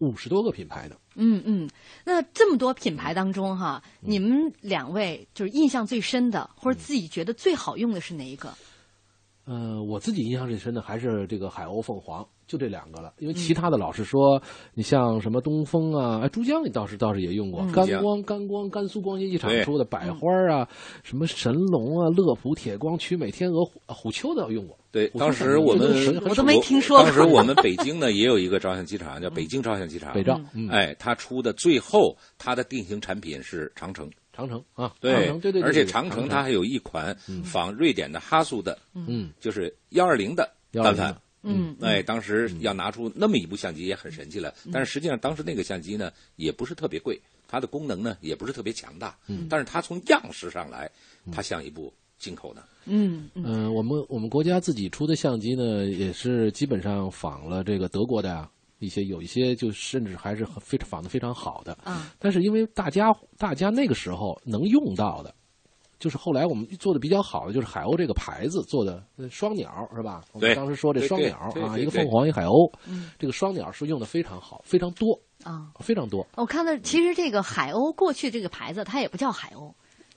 Speaker 5: 五十多个品牌的。
Speaker 6: 嗯嗯。那这么多品牌当中哈，你们两位就是印象最深的，或者自己觉得最好用的是哪一个？
Speaker 5: 呃，我自己印象最深的还是这个海鸥、凤凰，就这两个了。因为其他的老是说，你像什么东风啊，哎，珠江你倒是倒是也用过，
Speaker 7: 嗯
Speaker 5: 甘
Speaker 7: 珠江
Speaker 5: 光、甘光、甘肃光机一厂
Speaker 7: 对
Speaker 5: 出的百花啊，什么神龙啊、乐普、铁光、曲美、天鹅、虎虎丘的用过。
Speaker 7: 对，
Speaker 5: 虎丘
Speaker 7: 当
Speaker 5: 很
Speaker 7: 时
Speaker 5: 多
Speaker 7: 我
Speaker 5: 这
Speaker 7: 们
Speaker 5: 都是很
Speaker 6: 我都没听说过嗯
Speaker 7: 当时我们北京呢也有一个照相机厂，叫北京照相机厂。
Speaker 5: 北照嗯
Speaker 7: 哎，它出的最后它的定型产品是长城。
Speaker 5: 长城啊，长
Speaker 7: 对
Speaker 5: 城对对对，
Speaker 7: 而且
Speaker 5: 长
Speaker 7: 长城它还有一款仿瑞典的哈苏的，
Speaker 5: 嗯，
Speaker 7: 就是幺二零的单反。
Speaker 6: 嗯
Speaker 7: 哎，当时要拿出那么一部相机也很神奇了，
Speaker 5: 嗯
Speaker 7: 但是实际上当时那个相机呢也不是特别贵，它的功能呢也不是特别强大，
Speaker 5: 嗯
Speaker 7: 但是它从样式上来，它像一部进口的，
Speaker 6: 嗯嗯
Speaker 5: 嗯、我们我们国家自己出的相机呢，也是基本上仿了这个德国的啊，一些有一些就甚至还是很非常仿的非常好的。
Speaker 6: 啊，
Speaker 5: 但是因为大家大家那个时候能用到的，就是后来我们做的比较好的，就是海鸥这个牌子做的呃双鸟是吧？我们
Speaker 7: 对
Speaker 5: 当时说这
Speaker 7: 对
Speaker 5: 双
Speaker 7: 对
Speaker 5: 鸟
Speaker 7: 对
Speaker 5: 啊，
Speaker 7: 对
Speaker 5: 一个
Speaker 7: 对
Speaker 5: 凤凰，一个海鸥
Speaker 6: 嗯，
Speaker 5: 这个双鸟是用的非常好，非常多
Speaker 6: 啊，
Speaker 5: 非常多。
Speaker 6: 我看到其实这个海鸥过去这个牌子它也不叫海鸥。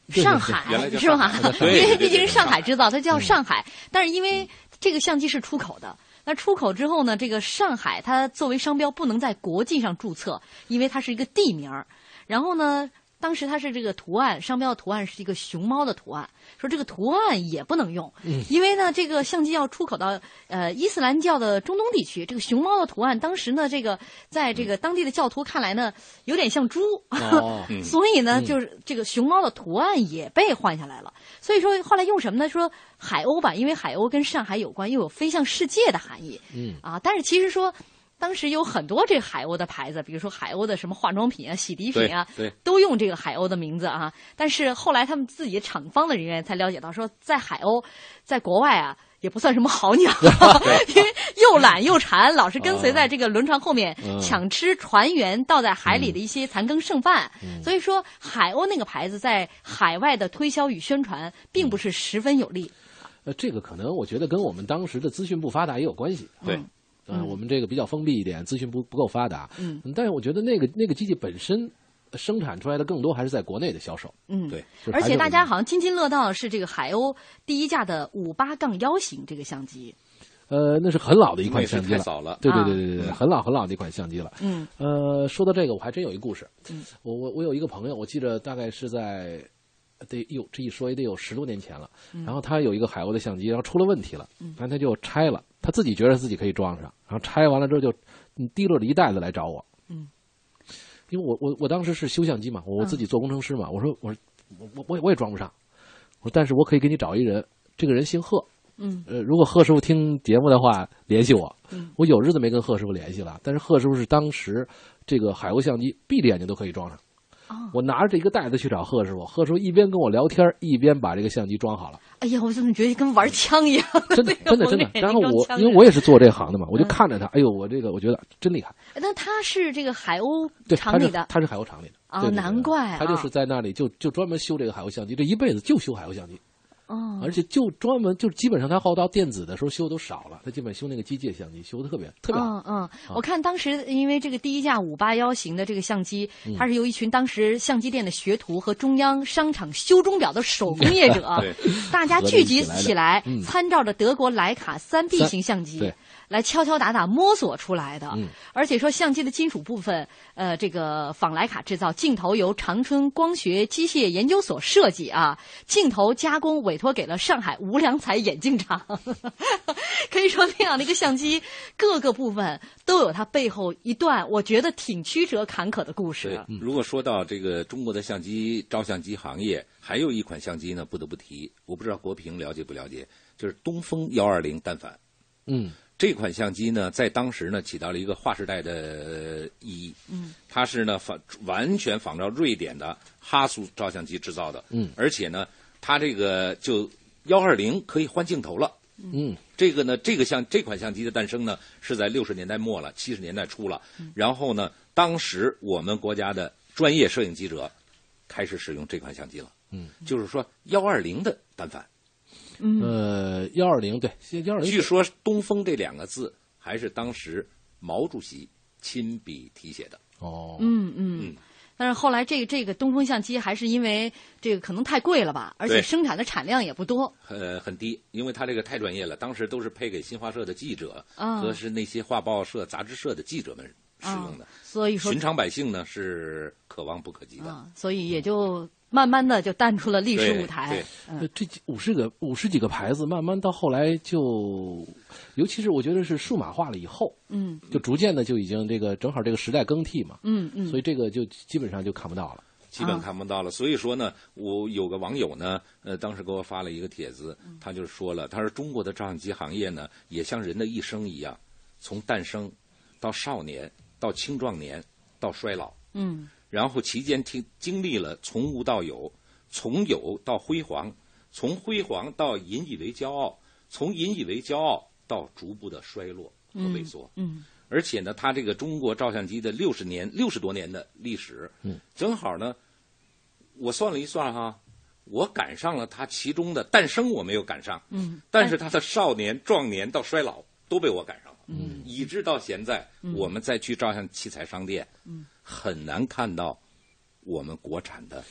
Speaker 5: 对对
Speaker 6: 上
Speaker 5: 对
Speaker 6: 海
Speaker 5: 原来叫
Speaker 6: 是吧
Speaker 5: 上海？
Speaker 6: 因
Speaker 5: 对
Speaker 6: 为
Speaker 5: 对对
Speaker 6: 毕竟
Speaker 5: 对
Speaker 6: 是上海制造，它叫
Speaker 5: 嗯
Speaker 6: 上海。但是因为这个相机是出口的，那出口之后呢，这个上海它作为商标不能在国际上注册，因为它是一个地名儿。然后呢，当时它是这个图案，商标的图案是一个熊猫的图案，说这个图案也不能用，
Speaker 2: 嗯
Speaker 6: 因为呢，这个相机要出口到呃伊斯兰教的中东地区，这个熊猫的图案当时呢，这个在这个当地的教徒看来呢，有点像猪，
Speaker 5: 啊
Speaker 2: 哦嗯
Speaker 6: 所以呢，
Speaker 2: 嗯
Speaker 6: 就是这个熊猫的图案也被换下来了。所以说后来用什么呢？说海鸥吧，因为海鸥跟上海有关，又有飞向世界的含义。
Speaker 5: 嗯
Speaker 6: 啊，但是其实说，当时有很多这个海鸥的牌子，比如说海鸥的什么化妆品啊、洗涤品啊，
Speaker 2: 对对
Speaker 6: 都用这个海鸥的名字啊。但是后来他们自己厂方的人员才了解到，说在海鸥，在国外啊。也不算什么 好鸟，因为又懒又馋，老是跟随
Speaker 2: 哦
Speaker 6: 在这个轮船后面
Speaker 2: 嗯
Speaker 6: 抢吃船员倒在海里的一些残羹剩饭。
Speaker 5: 嗯
Speaker 6: 所以说，海鸥那个牌子在海外的推销与宣传并
Speaker 5: 嗯
Speaker 6: 不是十分有利。
Speaker 5: 呃，这个可能我觉得跟我们当时的资讯不发达也有关系。
Speaker 6: 对嗯
Speaker 5: 呃，
Speaker 6: 嗯
Speaker 5: 我们这个比较封闭一点，资讯不不够发达。
Speaker 6: 嗯，
Speaker 5: 但是我觉得那个那个机器本身呃生产出来的更多还是在国内的销售。
Speaker 6: 嗯，
Speaker 5: 对
Speaker 6: 而且大家好像津津乐道的是这个海鸥第一架的五八杠幺型这个相机。
Speaker 5: 呃，那是很老的一款
Speaker 7: 那是
Speaker 5: 相机
Speaker 7: 太
Speaker 5: 了，
Speaker 7: 早了
Speaker 5: 对对
Speaker 7: 啊
Speaker 5: 对对对，很老很老的一款相机了。
Speaker 6: 嗯，
Speaker 5: 呃，说到这个，我还真有一故事。
Speaker 6: 嗯，
Speaker 5: 我我我有一个朋友，我记着大概是在得有这一说也得有十多年前了。
Speaker 7: 嗯
Speaker 5: 然后他有一个海鸥的相机，然后出了问题了，
Speaker 6: 嗯
Speaker 5: 然后他就拆了，他自己觉得自己可以装上，然后拆完了之后就嗯提溜着一袋子来找我。
Speaker 6: 嗯，
Speaker 5: 因为我我我当时是修相机嘛，我我自己做工程师嘛，我说我说我我我也我也装不上，我说但是我可以给你找一人，这个人姓贺。
Speaker 6: 嗯
Speaker 5: 呃，如果贺师傅听节目的话，联系我。
Speaker 6: 嗯
Speaker 5: 我有日子没跟贺师傅联系了，但是贺师傅是当时这个海鸥相机闭着眼睛都可以装上，
Speaker 6: 哦
Speaker 5: 我拿着这个袋子去找贺师傅，贺师傅一边跟我聊天，一边把这个相机装 好了。
Speaker 6: 哎呀，我怎么觉得跟玩枪 一样？
Speaker 5: 真的，真的，真的。然后我，因为我也是做这行的嘛，
Speaker 6: 嗯
Speaker 5: 我就看着他，哎呦，我这个我觉得真厉害。
Speaker 6: 那他是这个海鸥
Speaker 5: 对，
Speaker 6: 厂
Speaker 5: 他
Speaker 6: 里
Speaker 5: 是
Speaker 6: 的
Speaker 5: 他是海鸥厂里的
Speaker 6: 啊
Speaker 5: 对对对
Speaker 6: 难怪
Speaker 5: 他就
Speaker 6: 啊
Speaker 5: 是在那里就就专门修这个海鸥相机，这一辈子就修海鸥相机。
Speaker 6: 哦，
Speaker 5: 而且就专门就基本上他后到电子的时候修都少了，他基本修那个机械相机修的特别特别好。啊
Speaker 6: 嗯嗯，我看当时因为这个第一架五八幺型的这个相机，
Speaker 5: 嗯
Speaker 6: 它是由一群当时相机店的学徒和中央商场修钟表的手工业者
Speaker 5: 对，
Speaker 6: 大家
Speaker 5: 合
Speaker 6: 聚
Speaker 5: 力
Speaker 6: 集
Speaker 5: 起来的
Speaker 6: 起来
Speaker 5: 嗯，
Speaker 6: 参照着德国莱卡三 B
Speaker 5: 三
Speaker 6: 型相机
Speaker 5: 对。
Speaker 6: 来敲敲打打摸索出来的，
Speaker 5: 嗯
Speaker 6: 而且说相机的金属部分，呃，这个仿莱卡制造，镜头由长春光学机械研究所设计啊，镜头加工委托给了上海无良才眼镜厂。 可以说那样的一个相机，各个部分都有它背后一段我觉得挺曲折坎坷的故
Speaker 7: 对
Speaker 6: 事。，
Speaker 5: 嗯
Speaker 7: 如果说到这个中国的相机照相机行业，还有一款相机呢，不得不提，我不知道国平了解不了解，就是东风幺二零单反。
Speaker 5: 嗯
Speaker 7: 这款相机呢，在当时呢起到了一个划时代的意义。
Speaker 1: 嗯，
Speaker 7: 它是呢仿完全仿照瑞典的哈苏照相机制造的。
Speaker 1: 嗯
Speaker 7: 而且呢，它这个就幺二零可以换镜头了。
Speaker 5: 嗯
Speaker 7: 这个呢，这个相这款相机的诞生呢，是在六十年代末了，七十年代初了。然后呢，当时我们国家的专业摄影记者开始使用这款相机了，
Speaker 5: 嗯，
Speaker 7: 就是说幺二零的单反。
Speaker 5: 呃，幺二零对，幺二零
Speaker 7: 据说“东风”这两个字还是当时毛主席亲笔题写的。
Speaker 5: 哦
Speaker 6: 嗯嗯。但是后来这个这个东风相机还是因为这个可能太贵了吧，而且
Speaker 7: 对
Speaker 6: 生产的产量也不多。
Speaker 7: 呃，很低，因为它这个太专业了，当时都是配给新华社的记者、
Speaker 6: 啊
Speaker 7: 和是那些画报社、杂志社的记者们使用的。
Speaker 6: 啊所以说
Speaker 7: 寻常百姓呢是可望不可及的。
Speaker 6: 啊，所以也就慢慢的就淡出了历史
Speaker 5: 对
Speaker 6: 舞台
Speaker 7: 对。
Speaker 5: 呃，这几五十个五十几个牌子，慢慢到后来就，尤其是我觉得是数码化了以后，
Speaker 6: 嗯
Speaker 5: 就逐渐的就已经这个正好这个时代更替嘛，
Speaker 6: 嗯嗯
Speaker 5: 所以这个就基本上就看不到了。
Speaker 7: 基本看不到了。所以说呢，我有个网友呢，呃，当时给我发了一个帖子，他就说了，他说中国的照相机行业呢，也像人的一生一样，从诞生到少年，到青壮年，到衰老，
Speaker 6: 嗯
Speaker 7: 然后期间经经历了从无到有，从有到辉煌，从辉煌到引以为骄傲，从引以为骄傲到逐步的衰落和萎缩。
Speaker 6: 嗯
Speaker 7: 而且呢，它这个中国照相机的六十年、六十多年的历史，
Speaker 5: 嗯，
Speaker 7: 正好呢，我算了一算哈，我赶上了它其中的诞生，我没有赶上，
Speaker 6: 嗯
Speaker 7: 但是它的少年、壮年到衰老都被我赶上了，
Speaker 6: 嗯
Speaker 7: 以致到现在，
Speaker 6: 嗯
Speaker 7: 我们再去照相器材商店，
Speaker 6: 嗯
Speaker 7: 很难看到我们国产的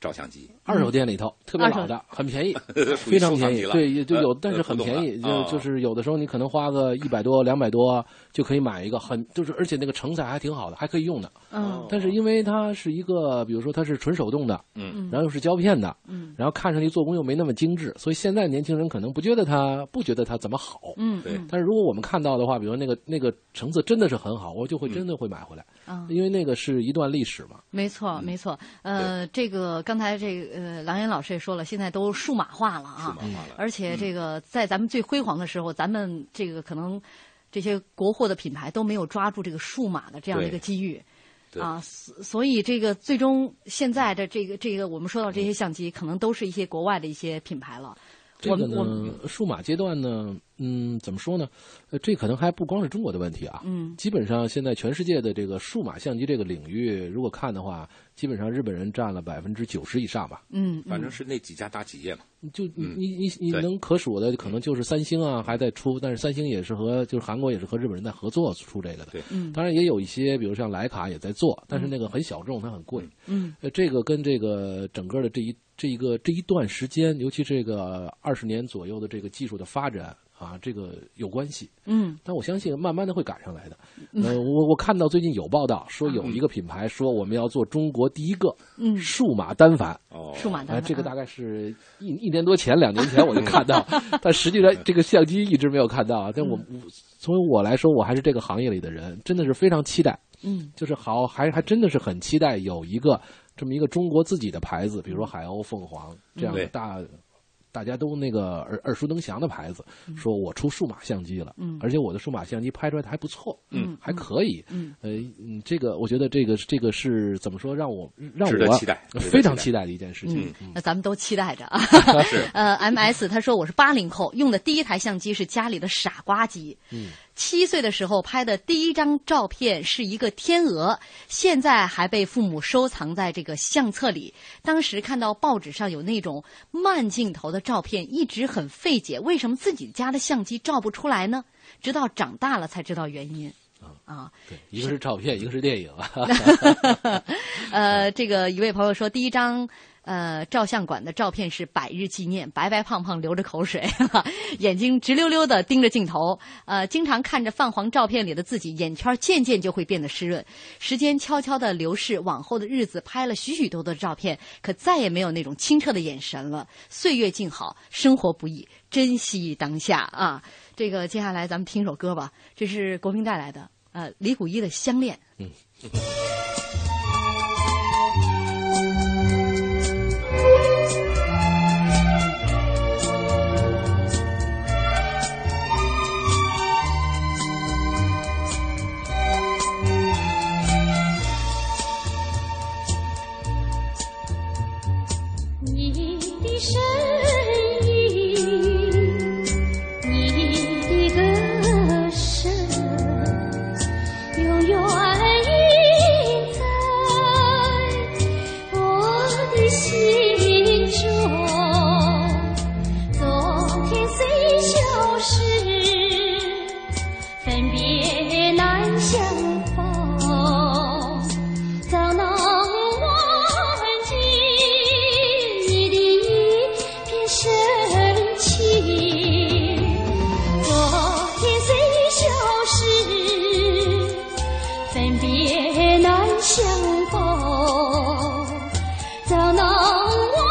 Speaker 7: 照相机。，
Speaker 5: 二手店里头特别老的，很便宜
Speaker 7: 属于
Speaker 5: 嗯非常
Speaker 7: 收藏
Speaker 5: 便宜
Speaker 7: 级，了
Speaker 5: 对，也就
Speaker 7: 呃
Speaker 5: 有，但是
Speaker 7: 呃
Speaker 5: 很
Speaker 7: 古董
Speaker 5: 便宜，
Speaker 7: 了啊
Speaker 5: 就就是有的时候你可能花个一百多、两百多就可以买一个，很就是而且那个成色还挺好的，还可以用的。
Speaker 6: 嗯
Speaker 5: 但是因为它是一个，比如说它是纯手动的，
Speaker 7: 嗯
Speaker 5: 然后又是胶片的，
Speaker 6: 嗯
Speaker 5: 然后看上去做工又没那么精致，所以现在年轻人可能不觉得它不觉得它怎么好，
Speaker 7: 啊
Speaker 6: 嗯对
Speaker 5: 但是如果我们看到的话，比如那个那个成色真的是很好，我就
Speaker 6: 嗯
Speaker 5: 会真的会买回来，
Speaker 6: 啊。
Speaker 5: 因为那个是一段历史嘛。
Speaker 6: 没错，没错。呃，这个刚才这个呃，郎岩老师也说了，现在都数码化了啊，
Speaker 5: 数码
Speaker 7: 嗯
Speaker 5: 化了
Speaker 6: 而且这个在咱们最辉煌的时候，咱们这个可能这些国货的品牌都没有抓住这个数码的这样的一个
Speaker 2: 对
Speaker 6: 机遇。
Speaker 2: 对
Speaker 6: 啊，所所以这个最终现在的这个这个，我们说到这些相机，可能都是一些国外的一些品牌了。
Speaker 5: 这个
Speaker 6: 我们我们
Speaker 5: 呢，数码阶段呢，嗯，怎么说呢？呃，这可能还不光是中国的问题啊。
Speaker 6: 嗯
Speaker 5: 基本上现在全世界的这个数码相机这个领域，如果看的话，基本上日本人占了百分之九十以上吧。
Speaker 6: 嗯
Speaker 7: 反正是那几家大企业嘛。
Speaker 5: 就你
Speaker 7: 嗯
Speaker 5: 你你你
Speaker 7: 对
Speaker 5: 能可数的，可能就是三星啊还在出，但是三星也是和就是韩国也是和日本人在合作出这个的。
Speaker 7: 对
Speaker 6: 嗯
Speaker 5: 当然也有一些，比如像徕卡也在做，但是那个很小众，它很贵。
Speaker 6: 嗯
Speaker 5: 呃，这个跟这个整个的这一这一个这一段时间，尤其这个二十年左右的这个技术的发展啊，这个有关系。
Speaker 6: 嗯
Speaker 5: 但我相信慢慢的会赶上来的。呃，我我看到最近有报道说有
Speaker 7: 嗯
Speaker 5: 一个品牌说我们要做中国第一个
Speaker 6: 嗯
Speaker 5: 数码单反。
Speaker 7: 哦
Speaker 6: 数码单反
Speaker 5: 哎这个
Speaker 6: 啊
Speaker 5: 大概是一一年多前、两年前我就看 到，但实际上这个相机一直没有看到啊。但我
Speaker 7: 嗯
Speaker 5: 我从我来说，我还是这个行业里的人，真的是非常期待。
Speaker 6: 嗯
Speaker 5: 就是好，还还真的是很期待有一个这么一个中国自己的牌子，比如说海鸥、凤凰这样的
Speaker 7: 嗯
Speaker 5: 大大家都那个耳耳熟能详的牌子，说我出数码相机了，
Speaker 1: 嗯
Speaker 5: 而且我的数码相机拍出来的还不错，
Speaker 1: 嗯
Speaker 5: 还可以，
Speaker 1: 嗯
Speaker 5: 呃，嗯这个我觉得这个这个是怎么说，让我让
Speaker 7: 值得
Speaker 5: 我
Speaker 7: 期待值得
Speaker 5: 非常
Speaker 7: 期待
Speaker 5: 期待的一件事情，嗯
Speaker 6: 那咱们都期待着 啊
Speaker 7: 是。
Speaker 6: 呃，M S 他说我是八零后，用的第一台相机是家里的傻瓜机。
Speaker 5: 嗯，
Speaker 6: 七岁的时候拍的第一张照片是一个天鹅，现在还被父母收藏在这个相册里。当时看到报纸上有那种慢镜头的照片，一直很费解，为什么自己家的相机照不出来呢？直到长大了才知道原因。啊，
Speaker 5: 一个是照片，一个是电影啊，
Speaker 6: 呃，这个一位朋友说，第一张呃照相馆的照片是百日纪念，白白胖胖，流着口水， 眼睛直溜溜的盯着镜头，呃，经常看着泛黄照片里的自己，眼圈渐渐就会变得湿润。时间悄悄的流逝，往后的日子拍了许许多多的照片，可再也没有那种清澈的眼神了。岁月静好，生活不易，珍惜当下啊！这个接下来咱们听首歌吧，这是国平带来的，呃，李谷一的《相恋》。
Speaker 2: 你的身影，你的歌声，永远印在我的心中。昨天虽消逝，分别难相逢。怎能忘记你的一片深情？昨天虽消逝，分别难相逢。怎能忘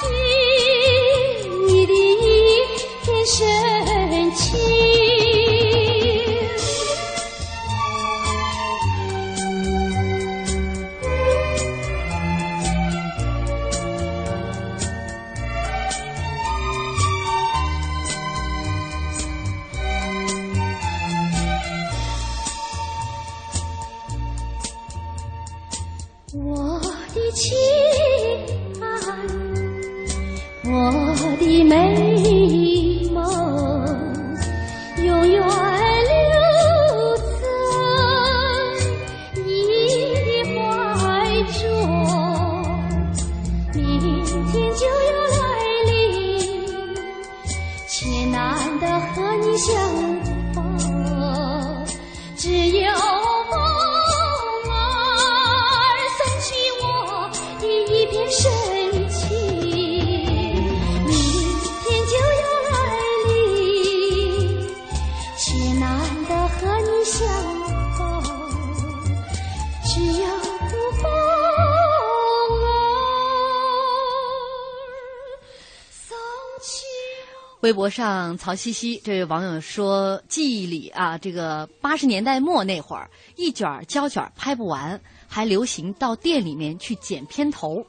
Speaker 2: 记你的一片深情？我的情爱，我的美梦，永远留在你的怀中。明天就要来临，却难得和你相逢。只有风儿散去我的一片深情，明天就要来临，却难得和你相逢。只有风儿送去。
Speaker 6: 微博上曹西西这位网友说，记忆里啊，这个八十年代末那会儿，一卷儿胶卷儿拍不完，还流行到店里面去剪片头，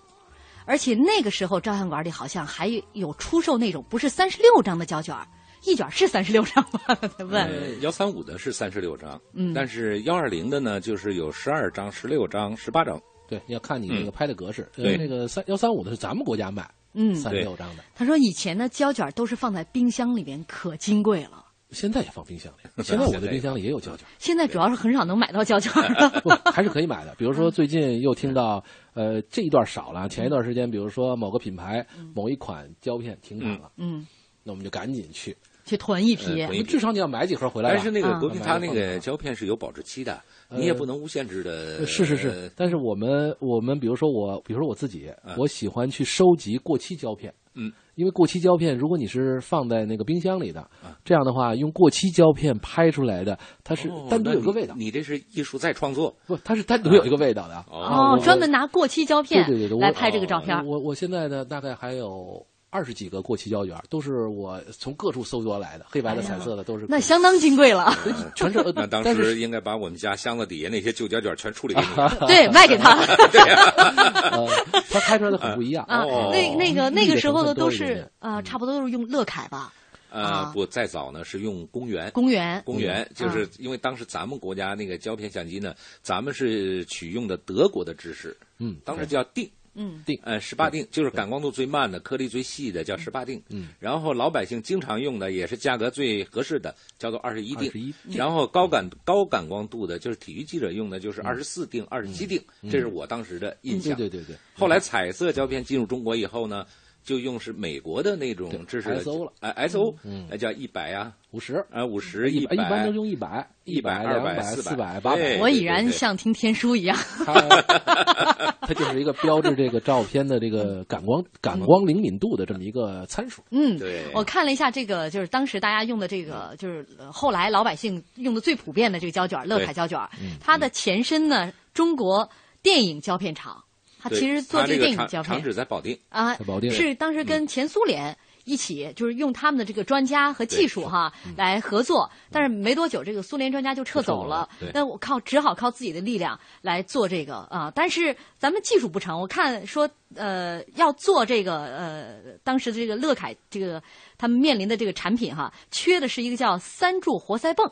Speaker 6: 而且那个时候照相馆里好像还有出售那种不是三十六张的胶卷儿，一卷儿是三十六张吗？ 他问。
Speaker 7: 呃幺三五的是三十六张，
Speaker 6: 嗯
Speaker 7: 但是幺二零的呢，就是有十二张、十六张、十八张，
Speaker 5: 对，要看你那个拍的格式，
Speaker 7: 嗯
Speaker 5: 呃，
Speaker 7: 对
Speaker 5: 那个三幺三五的是咱们国家卖，
Speaker 6: 嗯
Speaker 5: 三
Speaker 7: 对
Speaker 5: 六张的，
Speaker 6: 他说以前呢，胶卷儿都是放在冰箱里面，可金贵了。
Speaker 5: 现在也放冰箱 里，现在我的冰箱里也有胶卷。
Speaker 6: 现在主要是很少能买到胶卷儿 了。
Speaker 5: 不还是可以买的。比如说最近又听到，呃，这一段少了，前一段时间，比如说某个品牌、
Speaker 7: 嗯
Speaker 5: 某一款胶片停产了，
Speaker 6: 嗯，
Speaker 5: 那我们就赶紧去
Speaker 6: 去囤一批。
Speaker 7: 呃囤一批
Speaker 5: 至少你要买几盒回来吧。
Speaker 7: 但是那个国际
Speaker 5: 嗯
Speaker 7: 它那个胶片是有保质期的，
Speaker 5: 呃
Speaker 7: 你也不能无限制的。
Speaker 5: 呃是是是，但是我们我们比如说我，比如说我自己，我喜欢去收集过期胶片，
Speaker 7: 嗯，
Speaker 5: 因为过期胶片，如果你是放在那个冰箱里的，
Speaker 7: 嗯
Speaker 5: 这样的话，用过期胶片拍出来的，它是
Speaker 7: 哦
Speaker 5: 单独
Speaker 7: 那
Speaker 5: 有一个
Speaker 7: 你
Speaker 5: 味道，
Speaker 7: 你这是艺术再创作，
Speaker 5: 不，它是单独有一个味道的啊。
Speaker 6: 哦
Speaker 5: 我，
Speaker 6: 专门拿过期胶片
Speaker 5: 对对对，我
Speaker 6: 来拍这个照片儿。
Speaker 5: 我我现在呢，大概还有二十几个过期胶卷，都是我从各处搜罗来的，黑白的、
Speaker 6: 哎呀
Speaker 5: 彩色的都 是。
Speaker 6: 那相当金贵了，
Speaker 5: 全是呃
Speaker 7: 那当
Speaker 5: 但
Speaker 7: 时
Speaker 5: 是啊
Speaker 7: 应该把我们家箱子底下那些旧胶卷全处理给你。
Speaker 6: 对，卖给他。
Speaker 7: 对呀，
Speaker 5: 他开呃出来的很不一样
Speaker 6: 啊。
Speaker 7: 哦
Speaker 6: 那那个那个时候的都是
Speaker 7: 嗯
Speaker 6: 啊，差不多都是用乐凯吧。
Speaker 5: 啊
Speaker 7: 呃，不，再早呢是用公园，
Speaker 6: 公园，嗯啊
Speaker 7: 公园，
Speaker 5: 嗯
Speaker 7: 就是因为当时咱们国家那个胶片相机呢，咱们是取用的德国的制式，
Speaker 5: 嗯，
Speaker 7: 当时叫定。
Speaker 6: 嗯，
Speaker 5: 定
Speaker 7: 呃十八定就是感光度最慢的、颗粒最细的叫十八定，
Speaker 5: 嗯，
Speaker 7: 然后老百姓经常用的也是价格最合适的叫做二十一
Speaker 5: 定，
Speaker 7: 然后高感高感光度的就是体育记者用的就是二十四定、二十七定，这是我当时的印象。
Speaker 5: 嗯对对对对。
Speaker 7: 后来彩色胶片进入中国以后呢，就用是美国的那种知识
Speaker 5: S O 了，
Speaker 7: 哎 S O，那叫一百啊，
Speaker 5: 五十
Speaker 7: 啊五十
Speaker 5: 一
Speaker 7: 百，
Speaker 5: 一般都用一百，
Speaker 7: 一
Speaker 5: 百、
Speaker 7: 二
Speaker 5: 百、
Speaker 7: 四
Speaker 5: 百、八
Speaker 7: 百。
Speaker 6: 我已然像听天 书一样。
Speaker 5: 它就是一个标志这个照片的这个感光感光灵敏度的这么一个参数。
Speaker 6: 嗯，
Speaker 7: 对。嗯
Speaker 6: 我看了一下这个，就是当时大家用的这个，就是后来老百姓用的最普遍的这个胶卷，乐凯胶卷，
Speaker 7: 嗯
Speaker 6: 它的前身呢，中国电影胶片厂，它其实做
Speaker 7: 这
Speaker 6: 个电影胶片，
Speaker 7: 厂址在保定
Speaker 6: 啊，
Speaker 5: 在保定
Speaker 6: 是当时跟前苏联。一起就是用他们的这个专家和技术哈来合作，但是没多久这个苏联专家就撤走了
Speaker 7: 对。
Speaker 6: 那我靠，只好靠自己的力量来做这个啊。但是咱们技术不成，我看说呃要做这个呃当时的这个乐凯这个他们面临的这个产品哈，缺的是一个叫三柱活塞泵。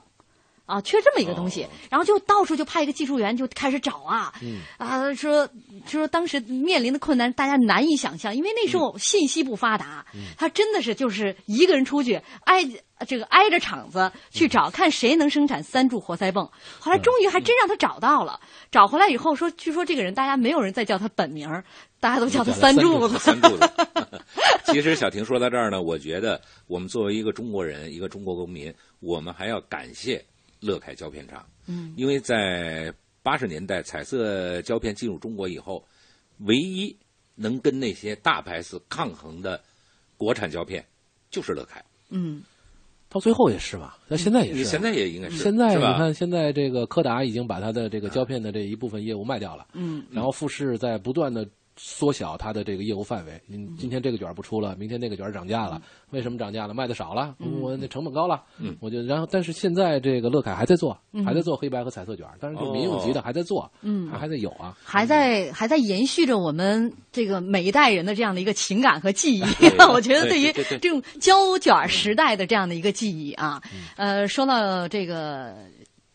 Speaker 6: 啊，缺这么一个东西，然后就到处就派一个技术员就开始找啊，
Speaker 5: 嗯
Speaker 6: 啊，说说当时面临的困难，大家难以想象，因为那时候信息不发达，他真的是就是一个人出去挨这个挨着厂子去找，看谁能生产三柱活塞泵。后来终于还真让他找到了，找回来以后说，据说这个人大家没有人再叫他本名儿，大家都叫他
Speaker 7: 三
Speaker 6: 柱
Speaker 7: 子。
Speaker 6: 子。
Speaker 7: 三柱子。 其实小婷说到这儿呢，我觉得我们作为一个中国人，一个中国公民，我们还要感谢乐凯胶片厂，
Speaker 1: 嗯
Speaker 7: 因为在八十年代彩色胶片进入中国以后，唯一能跟那些大牌子抗衡的国产胶片就是乐凯。
Speaker 6: 嗯，
Speaker 5: 到最后也是嘛，那现在也是啊，
Speaker 7: 你现在也应该是
Speaker 5: 现在
Speaker 7: 是
Speaker 5: 你
Speaker 7: 吧嗯
Speaker 5: 看，现在这个柯达已经把它的这个胶片的这一部分业务卖掉了，
Speaker 6: 嗯
Speaker 5: 然后富士在不断的缩小它的这个业务范围。嗯，今天这个卷儿不出了，明天那个卷儿涨价了，为什么涨价了？卖的少了，
Speaker 7: 嗯
Speaker 5: 我那成本高了，
Speaker 7: 嗯
Speaker 5: 我就然后，但是现在这个乐凯还在做
Speaker 6: 嗯，
Speaker 5: 还在做黑白和彩色卷儿，但是就民用
Speaker 7: 哦
Speaker 5: 级的还在做，
Speaker 6: 嗯
Speaker 5: 还还在有啊。
Speaker 6: 还在还在延续着我们这个每一代人的这样的一个情感和记忆
Speaker 5: 哎对，
Speaker 6: 我觉得
Speaker 5: 对
Speaker 6: 对于
Speaker 5: 对对对
Speaker 6: 这种胶卷时代的这样的一个记忆啊，
Speaker 5: 嗯
Speaker 6: 呃，说到这个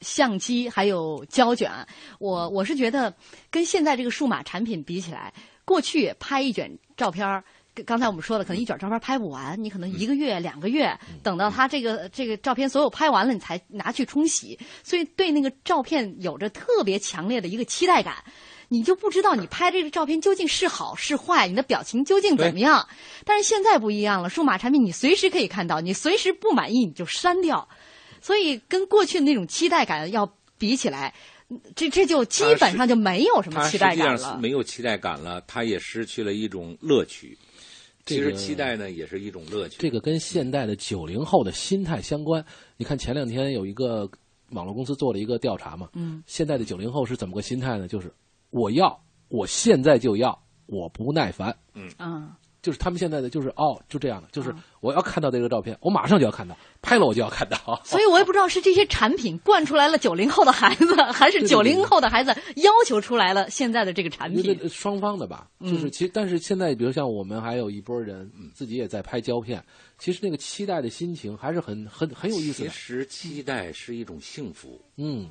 Speaker 6: 相机还有胶卷，我我是觉得跟现在这个数码产品比起来，过去拍一卷照片儿。跟刚才我们说了，可能一卷照片拍不完，你可能一个月、两个月，等到它这个这个照片所有拍完了，你才拿去冲洗，所以对那个照片有着特别强烈的一个期待感。你就不知道你拍这个照片究竟是好是坏，你的表情究竟怎么样。但是现在不一样了，数码产品你随时可以看到，你随时不满意你就删掉，所以跟过去的那种期待感要比起来，嗯这这就基本上就没有什么
Speaker 7: 它
Speaker 6: 期
Speaker 7: 实
Speaker 6: 待
Speaker 7: 际
Speaker 6: 感
Speaker 7: 上是
Speaker 6: 了。
Speaker 7: 没有期待感了，它也失去了一种乐趣。
Speaker 5: 这
Speaker 7: 其
Speaker 5: 个
Speaker 7: 实期待呢，也是一种乐趣。
Speaker 5: 这个跟现代的九零后的心态相关。你看前两天有一个网络公司做了一个调查嘛，
Speaker 6: 嗯，
Speaker 5: 现在的九零后是怎么个心态呢？就是我要，我现在就要，我不耐烦，
Speaker 7: 嗯
Speaker 6: 嗯，
Speaker 5: 就是他们现在的就是哦，就这样的，就是我要看到这个照片，我马上就要看到，拍了我就要看到。
Speaker 6: 所以我也不知道是这些产品惯出来了九零后的孩子， 还是
Speaker 5: 对对
Speaker 6: 九
Speaker 5: 对
Speaker 6: 零后的孩子要求出来了现在的这个产
Speaker 5: 因为
Speaker 6: 品。
Speaker 5: 这双方的吧，就是
Speaker 6: 嗯
Speaker 5: 其实，但是现在，比如像我们还有一波人嗯自己也在拍胶片，其实那个期待的心情还是很很很有意思
Speaker 7: 其
Speaker 5: 的。
Speaker 7: 实期待是一种幸福，
Speaker 5: 嗯，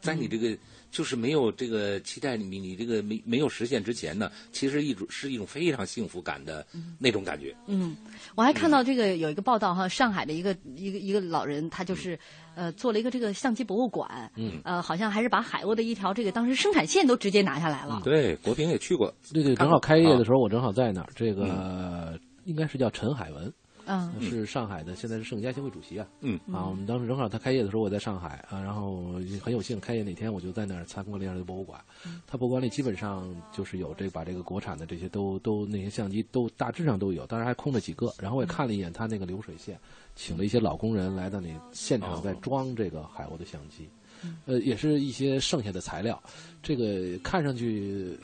Speaker 7: 在你这个就是没有这个期待，你你这个没没有实现之前呢，其实一种是一种非常幸福感的那种感觉。
Speaker 6: 嗯，我还看到这个有一个报道哈，上海的一个一个一个老人，他就是呃做了一个这个相机博物馆，
Speaker 7: 嗯
Speaker 6: 呃，好像还是把海鸥的一条这个当时生产线都直接拿下来了。
Speaker 7: 对，国平也去过，
Speaker 5: 对对，
Speaker 7: 看
Speaker 5: 正
Speaker 7: 过啊嗯
Speaker 5: 好开业的时候，我正好在那儿。这个应该是叫陈海文，
Speaker 6: 嗯
Speaker 5: 是上海的，现在是盛家协会主席啊。
Speaker 7: 嗯
Speaker 5: 啊，我们当时正好他开业的时候，我在上海啊，然后很有幸开业那天我就在那儿参观了一下这个博物馆。
Speaker 6: 嗯
Speaker 5: 他博物馆里基本上就是有这把这个国产的这些都都那些相机都大致上都有，当然还空了几个。然
Speaker 6: 嗯
Speaker 5: 后我也看了一眼他那个流水线，请了一些老工人来到那现
Speaker 7: 哦
Speaker 5: 场在装这个海鸥的相机，
Speaker 6: 嗯
Speaker 5: 呃，也是一些剩下的材料，这个看上去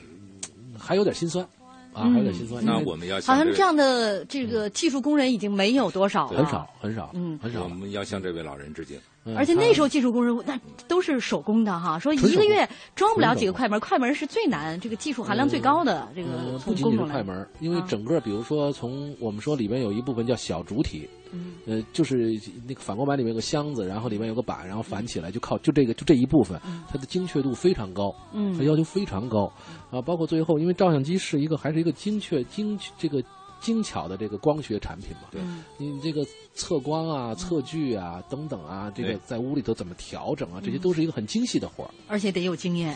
Speaker 5: 嗯还有点心酸啊，还有点心酸。
Speaker 7: 嗯
Speaker 5: 因
Speaker 7: 那
Speaker 5: 为
Speaker 7: 我们要
Speaker 6: 好
Speaker 7: 向
Speaker 6: 像
Speaker 7: 这
Speaker 6: 这样
Speaker 7: 嗯
Speaker 6: 的这个技术工人已经没有多少了，
Speaker 5: 很少很少，
Speaker 6: 嗯
Speaker 5: 很少
Speaker 7: 我们要向这位老人致敬。
Speaker 5: 嗯
Speaker 6: 而且那时候技术工人那都是手工的哈，说一个月装不了几个快门，快门是最难，这个技术含量最高的、这个
Speaker 5: 嗯不
Speaker 6: 从
Speaker 5: 仅
Speaker 6: 工
Speaker 5: 仅是
Speaker 6: 种来嗯
Speaker 5: 快门，因为整个比如说从我们说里面有一部分叫小主体，
Speaker 6: 嗯
Speaker 5: 呃，就是那个反光板里面有个箱子，然后里面有个板，然后
Speaker 6: 嗯
Speaker 5: 反起来，就靠就这个就这一部分，它的精确度非常高，
Speaker 6: 嗯
Speaker 5: 它要求非常高啊。包括最后，因为照相机是一个还是一个精确精这个精巧的这个光学产品嘛，
Speaker 7: 对
Speaker 5: 你这个测光
Speaker 6: 嗯
Speaker 5: 啊、测距啊等等啊，这个
Speaker 7: 对
Speaker 5: 在屋里头怎么调整啊，这些
Speaker 6: 嗯
Speaker 5: 都是一个很精细的活儿。
Speaker 6: 而且得有经验，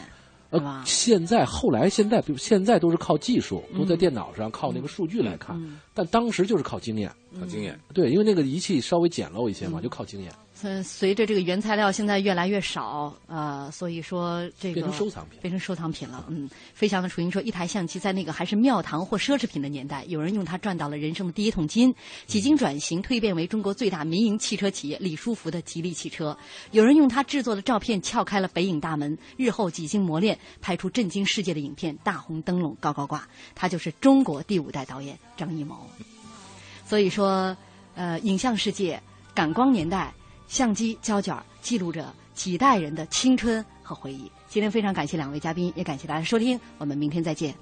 Speaker 6: 是吧？
Speaker 5: 呃，现在后来现在，比如现在都是靠技术，都在
Speaker 6: 嗯
Speaker 5: 电脑上靠那个数据来看，
Speaker 6: 嗯
Speaker 5: 但当时就是靠经验，
Speaker 7: 靠经验。
Speaker 5: 对，因为那个仪器稍微简陋一些嘛，
Speaker 6: 嗯
Speaker 5: 就靠经验。
Speaker 6: 嗯，随着这个原材料现在越来越少，呃，所以说这个
Speaker 5: 变成收藏品，
Speaker 6: 变成收藏品了。嗯，非常的楚英说，一台相机在那个还是庙堂或奢侈品的年代，有人用它赚到了人生的第一桶金。几经转型，蜕变为中国最大民营汽车企业李书福的吉利汽车。有人用它制作的照片撬开了北影大门，日后几经磨练，拍出震惊世界的影片《大红灯笼高高挂》。他就是中国第五代导演张艺谋。所以说，呃，影像世界、感光年代、相机胶卷儿记录着几代人的青春和回忆。今天非常感谢两位嘉宾，也感谢大家收听，我们明天再见。